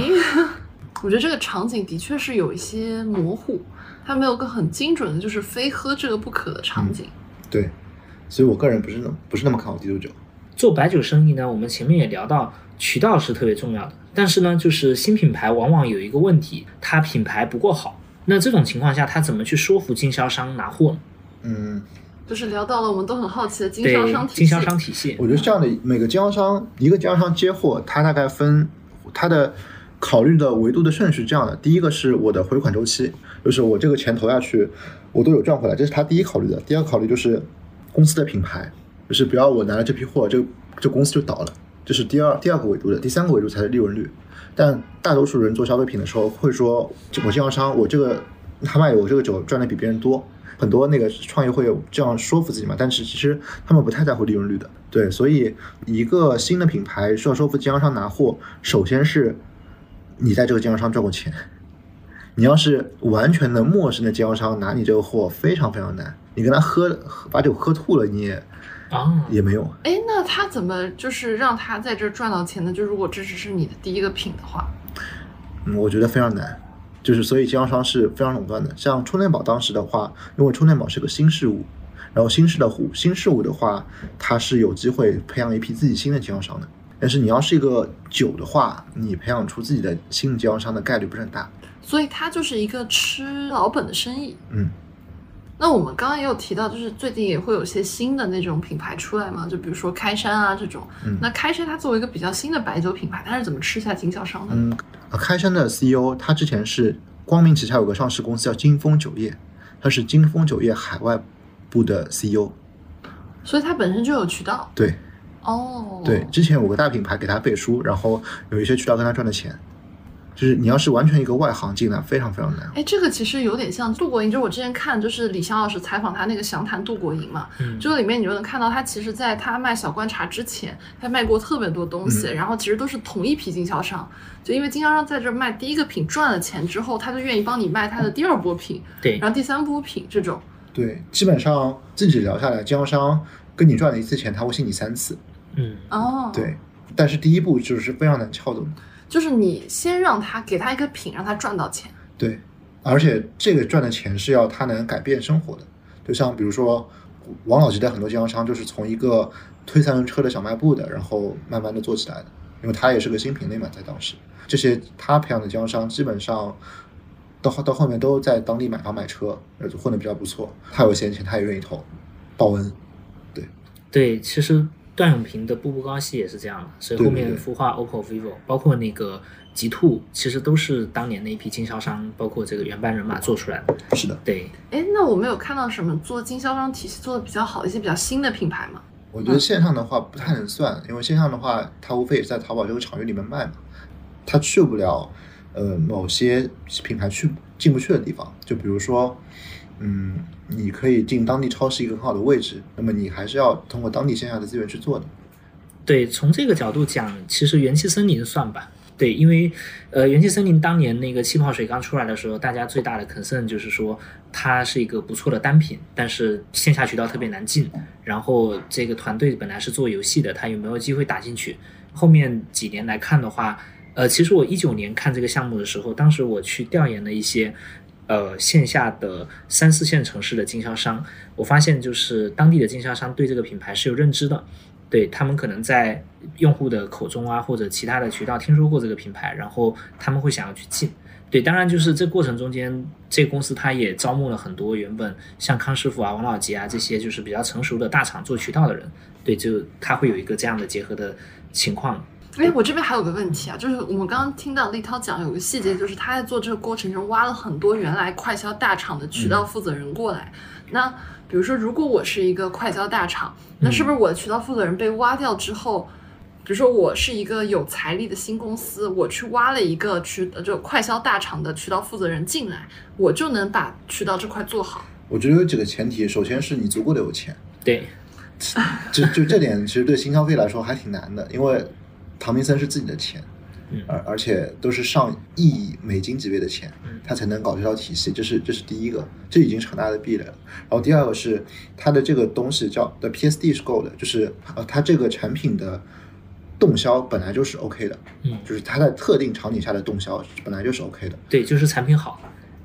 Speaker 1: 我觉得这个场景的确是有一些模糊，它没有个很精准的，就是非喝这个不可的场景。
Speaker 3: 嗯
Speaker 4: 对，所以我个人不是那么不是那么看好低度酒。
Speaker 3: 做白酒生意呢，我们前面也聊到，渠道是特别重要的。但是呢，就是新品牌往往有一个问题，它品牌不够好。那这种情况下，它怎么去说服经销商拿货呢？
Speaker 4: 嗯，
Speaker 1: 就是聊到了我们都很好奇的经
Speaker 3: 对
Speaker 1: 销商，体系。
Speaker 3: 经销商体系，
Speaker 4: 我觉得这样的每个经销商，一个经销商接货，它大概分它的考虑的维度的顺序是这样的：第一个是我的回款周期，就是我这个钱投下去，我都有赚回来，这是他第一考虑的；第二考虑就是公司的品牌，就是不要我拿了这批货，这这公司就倒了，这是第二第二个维度的；第三个维度才是利润率。但大多数人做消费品的时候会说，这我经销商，我这个他卖我这个酒赚的比别人多，很多那个创业会有这样说服自己嘛，但是其实他们不太在乎利润率的，对，所以一个新的品牌需要说服经销商拿货，首先是你在这个经销商赚过钱，你要是完全的陌生的经销商拿你这个货非常非常难，你跟他喝喝把酒喝吐了你也
Speaker 3: 啊，
Speaker 4: 也没用，
Speaker 1: 哎，那他怎么就是让他在这儿赚到钱呢？就如果这只是你的第一个品的话，
Speaker 4: 嗯，我觉得非常难，就是所以经销商是非常垄断的。像充电宝当时的话，因为充电宝是个新事物，然后新事的虎新事物的话，它是有机会培养一批自己新的经销商的。但是你要是一个酒的话，你培养出自己的新的经销商的概率不是很大。
Speaker 1: 所以它就是一个吃老本的生意。
Speaker 4: 嗯，
Speaker 1: 那我们刚刚也有提到，就是最近也会有一些新的那种品牌出来嘛，就比如说开山啊这种。
Speaker 4: 嗯
Speaker 1: 那开山它作为一个比较新的白酒品牌，它是怎么吃下经销商的？
Speaker 4: 嗯，啊开山的 CEO 他之前是光明旗下有个上市公司叫金丰酒业，他是金丰酒业海外部的 CEO。
Speaker 1: 所以它本身就有渠道。
Speaker 4: 对，
Speaker 1: 哦，
Speaker 4: 嗯对，之前有个大品牌给他背书，然后有一些渠道跟他赚的钱。就是你要是完全一个外行进来，非常非常难。
Speaker 1: 哎，这个其实有点像杜国营，就是我之前看，就是李湘老师采访他那个《详谈杜国营》嘛，
Speaker 3: 嗯
Speaker 1: 这个里面你就能看到，他其实在他卖小观察之前，他卖过特别多东西，然后其实都是同一批经销商，就因为经销商在这儿卖第一个品赚了钱之后，他就愿意帮你卖他的第二波品，
Speaker 3: 对
Speaker 1: 然后第三波品这种，
Speaker 4: 对，基本上自己聊下来，经销商跟你赚了一次钱，他会信你三次。
Speaker 3: 嗯，
Speaker 1: 哦，，
Speaker 4: 对，但是第一步就是非常难撬动。
Speaker 1: 就是你先让他给他一个品，让他赚到钱，
Speaker 4: 对，而且这个赚的钱是要他能改变生活的，就像比如说王老吉的很多经销商就是从一个推三轮车的小卖部的，然后慢慢的做起来的，因为他也是个新品类嘛，在当时这些他培养的经销商基本上。到后到后面都在当地买房买车，呃混得比较不错。他有闲钱，他也愿意投，报恩。
Speaker 3: 对，其实段永平的《步步高系》也是这样的，所以后
Speaker 4: 对对
Speaker 3: 面
Speaker 4: 对
Speaker 3: 孵化 OPPO、vivo，包括那个极兔，其实都是当年那一批经销商，包括这个原班人马做出来的。
Speaker 4: 是的，
Speaker 3: 对，
Speaker 1: 哎，那我们有看到什么做经销商体系做的比较好的一些比较新的品牌吗？
Speaker 4: 我觉得线上的话不太能算，因为线上的话，它无非也是在淘宝这个场域里面卖嘛，它去不了呃某些品牌去进不去的地方，就比如说，嗯，你可以进当地超市一个很好的位置，那么你还是要通过当地线下的资源去做的。
Speaker 3: 对，从这个角度讲，其实元气森林算吧。对，因为呃，元气森林当年那个气泡水刚出来的时候，大家最大的 concern 就是说它是一个不错的单品，但是线下渠道特别难进。然后这个团队本来是做游戏的，它有没有机会打进去？后面几年来看的话，呃，其实我一九年看这个项目的时候，当时我去调研了一些呃线下的三四线城市的经销商，我发现就是当地的经销商对这个品牌是有认知的，对他们可能在用户的口中啊或者其他的渠道听说过这个品牌，然后他们会想要去进。对，当然就是这过程中间，这个公司它也招募了很多原本像康师傅啊、王老吉啊这些就是比较成熟的大厂做渠道的人，对，就它会有一个这样的结合的情况。
Speaker 1: 哎，我这边还有个问题啊，就是我们刚刚听到立涛讲有个细节，就是他在做这个过程中挖了很多原来快销大厂的渠道负责人过来。那比如说，如果我是一个快销大厂，那是不是我的渠道负责人被挖掉之后，比如说我是一个有财力的新公司，我去挖了一个渠呃就快销大厂的渠道负责人进来，我就能把渠道这块做好？
Speaker 4: 我觉得有几个前提，首先是你足够的有钱，
Speaker 3: 对，
Speaker 4: 就就这点其实对新消费来说还挺难的，因为唐明森是自己的钱
Speaker 3: 嗯，
Speaker 4: 而而且都是上亿美金级别的钱
Speaker 3: 嗯，
Speaker 4: 他才能搞这套体系，这是这是第一个，这已经是很大的壁垒了。然后第二个是它的这个东西叫的 PSD 是够的，就是呃它这个产品的动销本来就是 OK 的，
Speaker 3: 嗯，
Speaker 4: 就是它在特定场景下的动销本来就是 OK 的。
Speaker 3: 对，就是产品好，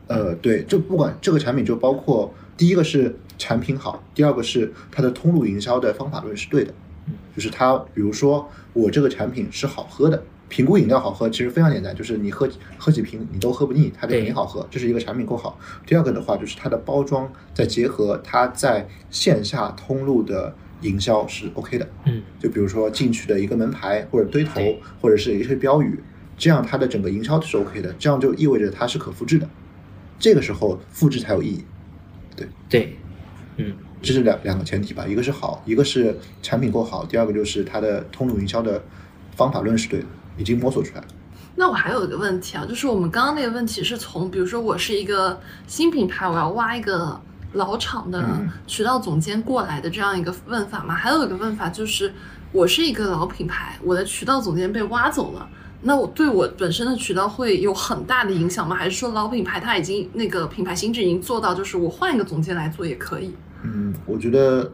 Speaker 4: 呃，对，就不管这个产品，就包括第一个是产品好，第二个是它的通路营销的方法论是对的
Speaker 3: 嗯，
Speaker 4: 就是它，比如说我这个产品是好喝的，评估饮料好喝其实非常简单，就是你喝喝几瓶你都喝不腻，它这
Speaker 3: 对
Speaker 4: 瓶好喝，这是一个产品够好。第二个的话就是它的包装，再结合它在线下通路的营销是 OK 的，
Speaker 3: 嗯，
Speaker 4: 就比如说进去的一个门牌或者堆头
Speaker 3: 对，
Speaker 4: 或者是一些标语，这样它的整个营销是 OK 的，这样就意味着它是可复制的，这个时候复制才有意义。
Speaker 3: 对，嗯，
Speaker 4: 这是两两个前提吧，一个是好，一个是产品够好，第二个就是它的通路营销的方法论是对的，已经摸索出来了。
Speaker 1: 那我还有一个问题啊，就是我们刚刚那个问题是从，比如说我是一个新品牌，我要挖一个老厂的
Speaker 4: 嗯
Speaker 1: 渠道总监过来的这样一个问法嘛？还有一个问法就是，我是一个老品牌，我的渠道总监被挖走了，那我对我本身的渠道会有很大的影响吗？还是说老品牌它已经那个品牌心智已经做到，就是我换一个总监来做也可以？
Speaker 4: 嗯，我觉得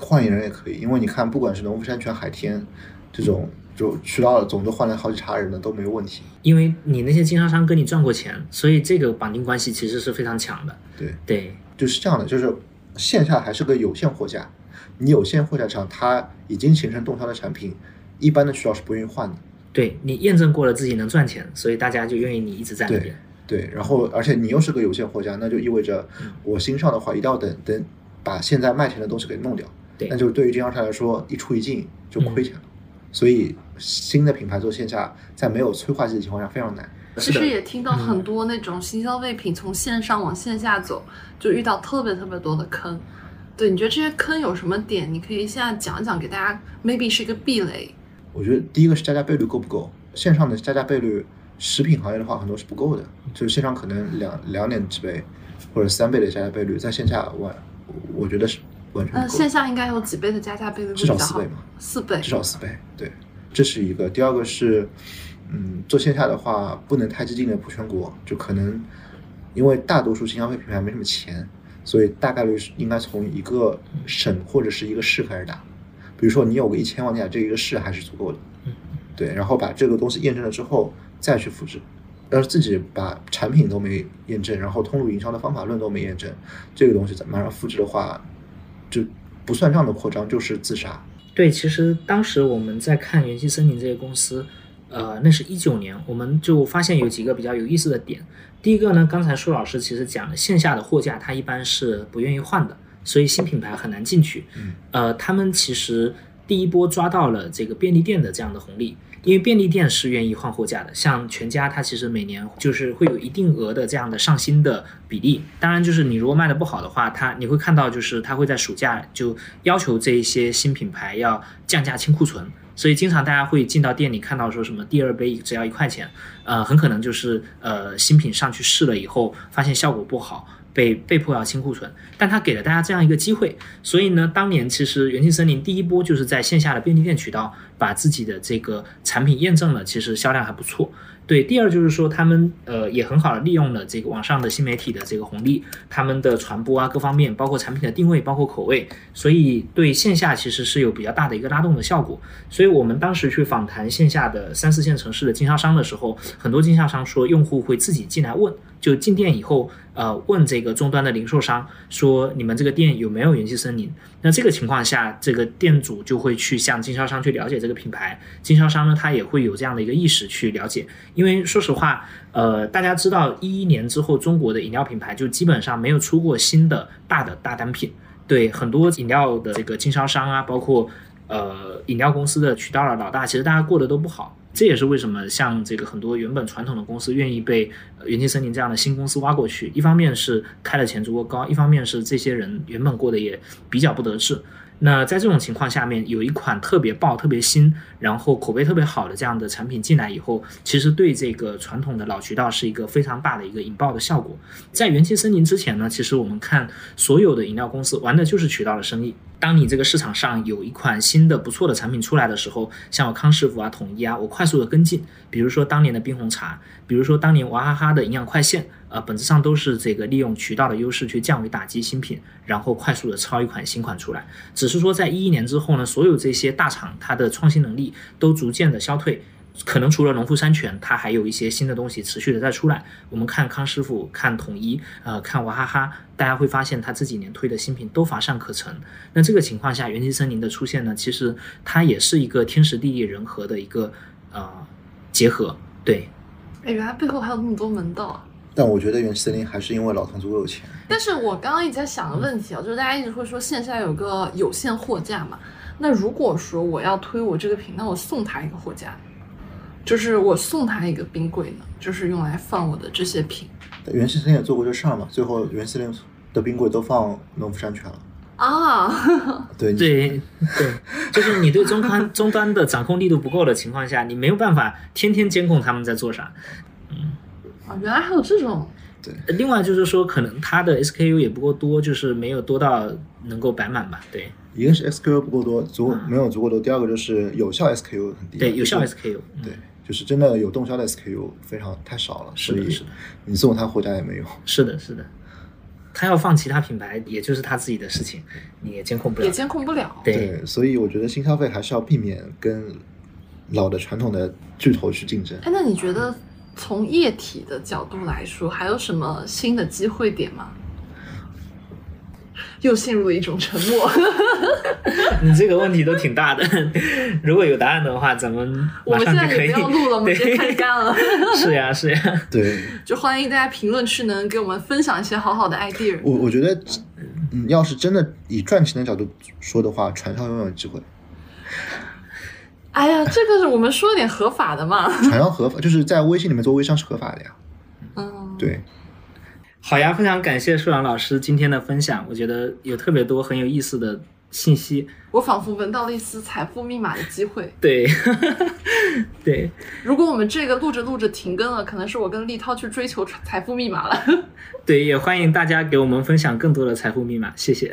Speaker 4: 换一人也可以，因为你看，不管是农夫山泉、海天这种，就渠道总都换了好几茬人的都没有问题。
Speaker 3: 因为你那些经销商跟你赚过钱，所以这个绑定关系其实是非常强的。
Speaker 4: 对，
Speaker 3: 对，
Speaker 4: 就是这样的，就是线下还是个有限货架，你有限货架上它已经形成动销的产品，一般的渠道是不愿意换的。
Speaker 3: 对你验证过了自己能赚钱，所以大家就愿意你一直在那
Speaker 4: 对
Speaker 3: 边。
Speaker 4: 对，然后而且你又是个有限货架，那就意味着
Speaker 3: 嗯
Speaker 4: 我新上的话，一定要等等把现在卖钱的东西给弄掉，
Speaker 3: 对嗯
Speaker 4: 那就对于经销商来说一出一进就亏钱了。所以新的品牌做线下，在没有催化剂的情况下非常难。
Speaker 1: 其实也听到很多那种新消费品从线上往线下走，就遇到特别特别多的坑。对，你觉得这些坑有什么点？你可以现在讲一讲，给大家 maybe 是一个壁垒。
Speaker 4: 我觉得第一个是加价倍率够不够，线上的加价倍率食品行业的话，很多是不够的，
Speaker 3: 嗯
Speaker 4: 就是线上可能两两点几倍或者三倍的加价倍率，在线下完，我觉得是完全
Speaker 1: 嗯、
Speaker 4: 不够
Speaker 1: 线
Speaker 4: 的，
Speaker 1: 下应该有几倍的加价倍率会
Speaker 4: 至少
Speaker 1: 比较好
Speaker 4: 四倍嘛。
Speaker 1: 四倍
Speaker 4: 至少四倍。对，这是一个。第二个是，嗯，做线下的话不能太激进的铺全国，就可能因为大多数新消费品牌没什么钱，所以大概率是应该从一个省或者是一个市开始打。比如说你有个一千万家，这一个市还是足够的
Speaker 3: 嗯。
Speaker 4: 对，然后把这个东西验证了之后再去复制。要是自己把产品都没验证，然后通路营销的方法论都没验证，这个东西马上复制的话，就不算账的扩张就是自杀。
Speaker 3: 对，其实当时我们在看元气森林这个公司，呃，那是一九年，我们就发现有几个比较有意思的点。第一个呢，刚才舒老师其实讲了，线下的货架他一般是不愿意换的，所以新品牌很难进去。
Speaker 4: 嗯
Speaker 3: 呃，他们其实第一波抓到了这个便利店的这样的红利，因为便利店是愿意换货架的，像全家它其实每年就是会有一定额的这样的上新的比例。当然，就是你如果卖的不好的话，它你会看到就是它会在暑假就要求这一些新品牌要降价清库存。所以经常大家会进到店里看到说什么第二杯只要一块钱，呃，很可能就是呃新品上去试了以后发现效果不好，被被迫要清库存。但它给了大家这样一个机会，所以呢，当年其实元气森林第一波就是在线下的便利店渠道把自己的这个产品验证了，其实销量还不错。对，第二就是说他们呃也很好的利用了这个网上的新媒体的这个红利，他们的传播啊各方面，包括产品的定位，包括口味，所以对线下其实是有比较大的一个拉动的效果。所以我们当时去访谈线下的三四线城市的经销商的时候，很多经销商说用户会自己进来问，就进店以后，呃，问这个终端的零售商说你们这个店有没有元气森林？那这个情况下，这个店主就会去向经销商去了解这个品牌，经销商呢他也会有这样的一个意识去了解，因为说实话，呃，大家知道一一年之后，中国的饮料品牌就基本上没有出过新的大的大单品。对很多饮料的这个经销商啊，包括呃饮料公司的渠道的老大，其实大家过得都不好。这也是为什么像这个很多原本传统的公司愿意被呃元气森林这样的新公司挖过去，一方面是开的钱足够高，一方面是这些人原本过得也比较不得志。那在这种情况下面，有一款特别爆、特别新，然后口碑特别好的这样的产品进来以后，其实对这个传统的老渠道是一个非常大的一个引爆的效果。在元气森林之前呢，其实我们看所有的饮料公司玩的就是渠道的生意。当你这个市场上有一款新的不错的产品出来的时候，像我康师傅啊、统一啊，我快速的跟进。比如说当年的冰红茶，比如说当年娃哈哈的营养快线，呃，本质上都是这个利用渠道的优势去降维打击新品，然后快速的抄一款新款出来。只是说在一一年之后呢，所有这些大厂它的创新能力都逐渐的消退。可能除了农夫山泉，它还有一些新的东西持续的在出来。我们看康师傅、看统一、呃、看娃哈哈，大家会发现它这几年推的新品都乏善可陈。那这个情况下，元气森林的出现呢，其实它也是一个天时地利人和的一个呃结合。对，
Speaker 1: 哎，原来背后还有那么多门道啊！
Speaker 4: 但我觉得元气森林还是因为老唐足够有钱，
Speaker 1: 但是我刚刚一直在想个问题啊，就是大家一直会说线下有个有限货架嘛，那如果说我要推我这个品，那我送他一个货架，就是我送他一个冰柜呢，就是用来放我的这些品
Speaker 4: 但元气森林也做过这事儿嘛。最后元气森林的冰柜都放农夫山泉了。
Speaker 1: 啊。
Speaker 4: 对，你
Speaker 3: 对对，就是你对终端 终端的掌控力度不够的情况下，你没有办法天天监控他们在做啥。
Speaker 1: 啊，原来还有这种
Speaker 3: 呃另外就是说，可能它的 SKU 也不够多，就是没有多到能够摆满吧。对
Speaker 4: 一个是 SKU 不够多，足够
Speaker 3: 嗯
Speaker 4: 没有足够多；第二个就是有效 SKU 很低。
Speaker 3: 对，有效
Speaker 4: 就是
Speaker 3: SKU。嗯
Speaker 4: 对，就是真的有动销的 SKU 非常太少了，
Speaker 3: 是
Speaker 4: 所
Speaker 3: 的
Speaker 4: 以
Speaker 3: 是的
Speaker 4: 你送他货架也没用。
Speaker 3: 是的，是的。他要放其他品牌，也就是他自己的事情，你也监控不了
Speaker 1: 也。监控不了。
Speaker 3: 对，
Speaker 4: 对，所以我觉得新消费还是要避免跟老的传统的巨头去竞争。
Speaker 1: 哎，那你觉得从液体的角度来说，还有什么新的机会点吗？又陷入了一种沉 默。
Speaker 3: 你这个问题都挺大的。如果有答案的话，咱们
Speaker 1: 我
Speaker 3: 马
Speaker 1: 们
Speaker 3: 上
Speaker 1: 现在
Speaker 3: 就可
Speaker 1: 也
Speaker 3: 以。
Speaker 1: 不要录了，我们直接开始
Speaker 3: 对，
Speaker 1: 干了。
Speaker 3: 是呀，是呀。
Speaker 4: 对，
Speaker 1: 就欢迎大家评论区能给我们分享一些好好的 idea。
Speaker 4: 我我觉得，嗯，要是真的以赚钱的角度说的话，传销永远有机会。
Speaker 1: 哎呀，这个是我们说点合法的嘛。
Speaker 4: 传销合法，就是在微信里面做微商是合法的呀。
Speaker 1: 嗯，
Speaker 4: 对，
Speaker 3: 好呀，非常感谢舒阳老师今天的分享，我觉得有特别多很有意思的信息。
Speaker 1: 我仿佛闻到了一丝财富密码的机会。
Speaker 3: 对， 对，
Speaker 1: 如果我们这个录着录着停更了，可能是我跟立涛去追求财富密码了。
Speaker 3: 对，也欢迎大家给我们分享更多的财富密码，谢谢。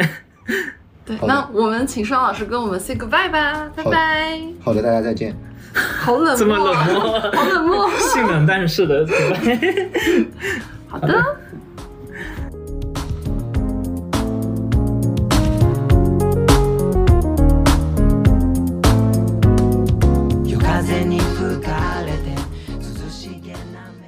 Speaker 1: 对，
Speaker 4: 好的
Speaker 1: 那我们请双老师跟我们 say goodbye 吧，拜
Speaker 4: 好
Speaker 1: 拜。
Speaker 4: 好的，大家再见。
Speaker 1: 好冷漠，啊
Speaker 3: 这么冷 漠
Speaker 1: 好冷漠。
Speaker 3: 性冷淡似的，怎么办
Speaker 1: 好的。
Speaker 2: 夜風に吹かれて涼しげな目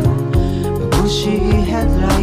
Speaker 2: る眩しいヘッドラ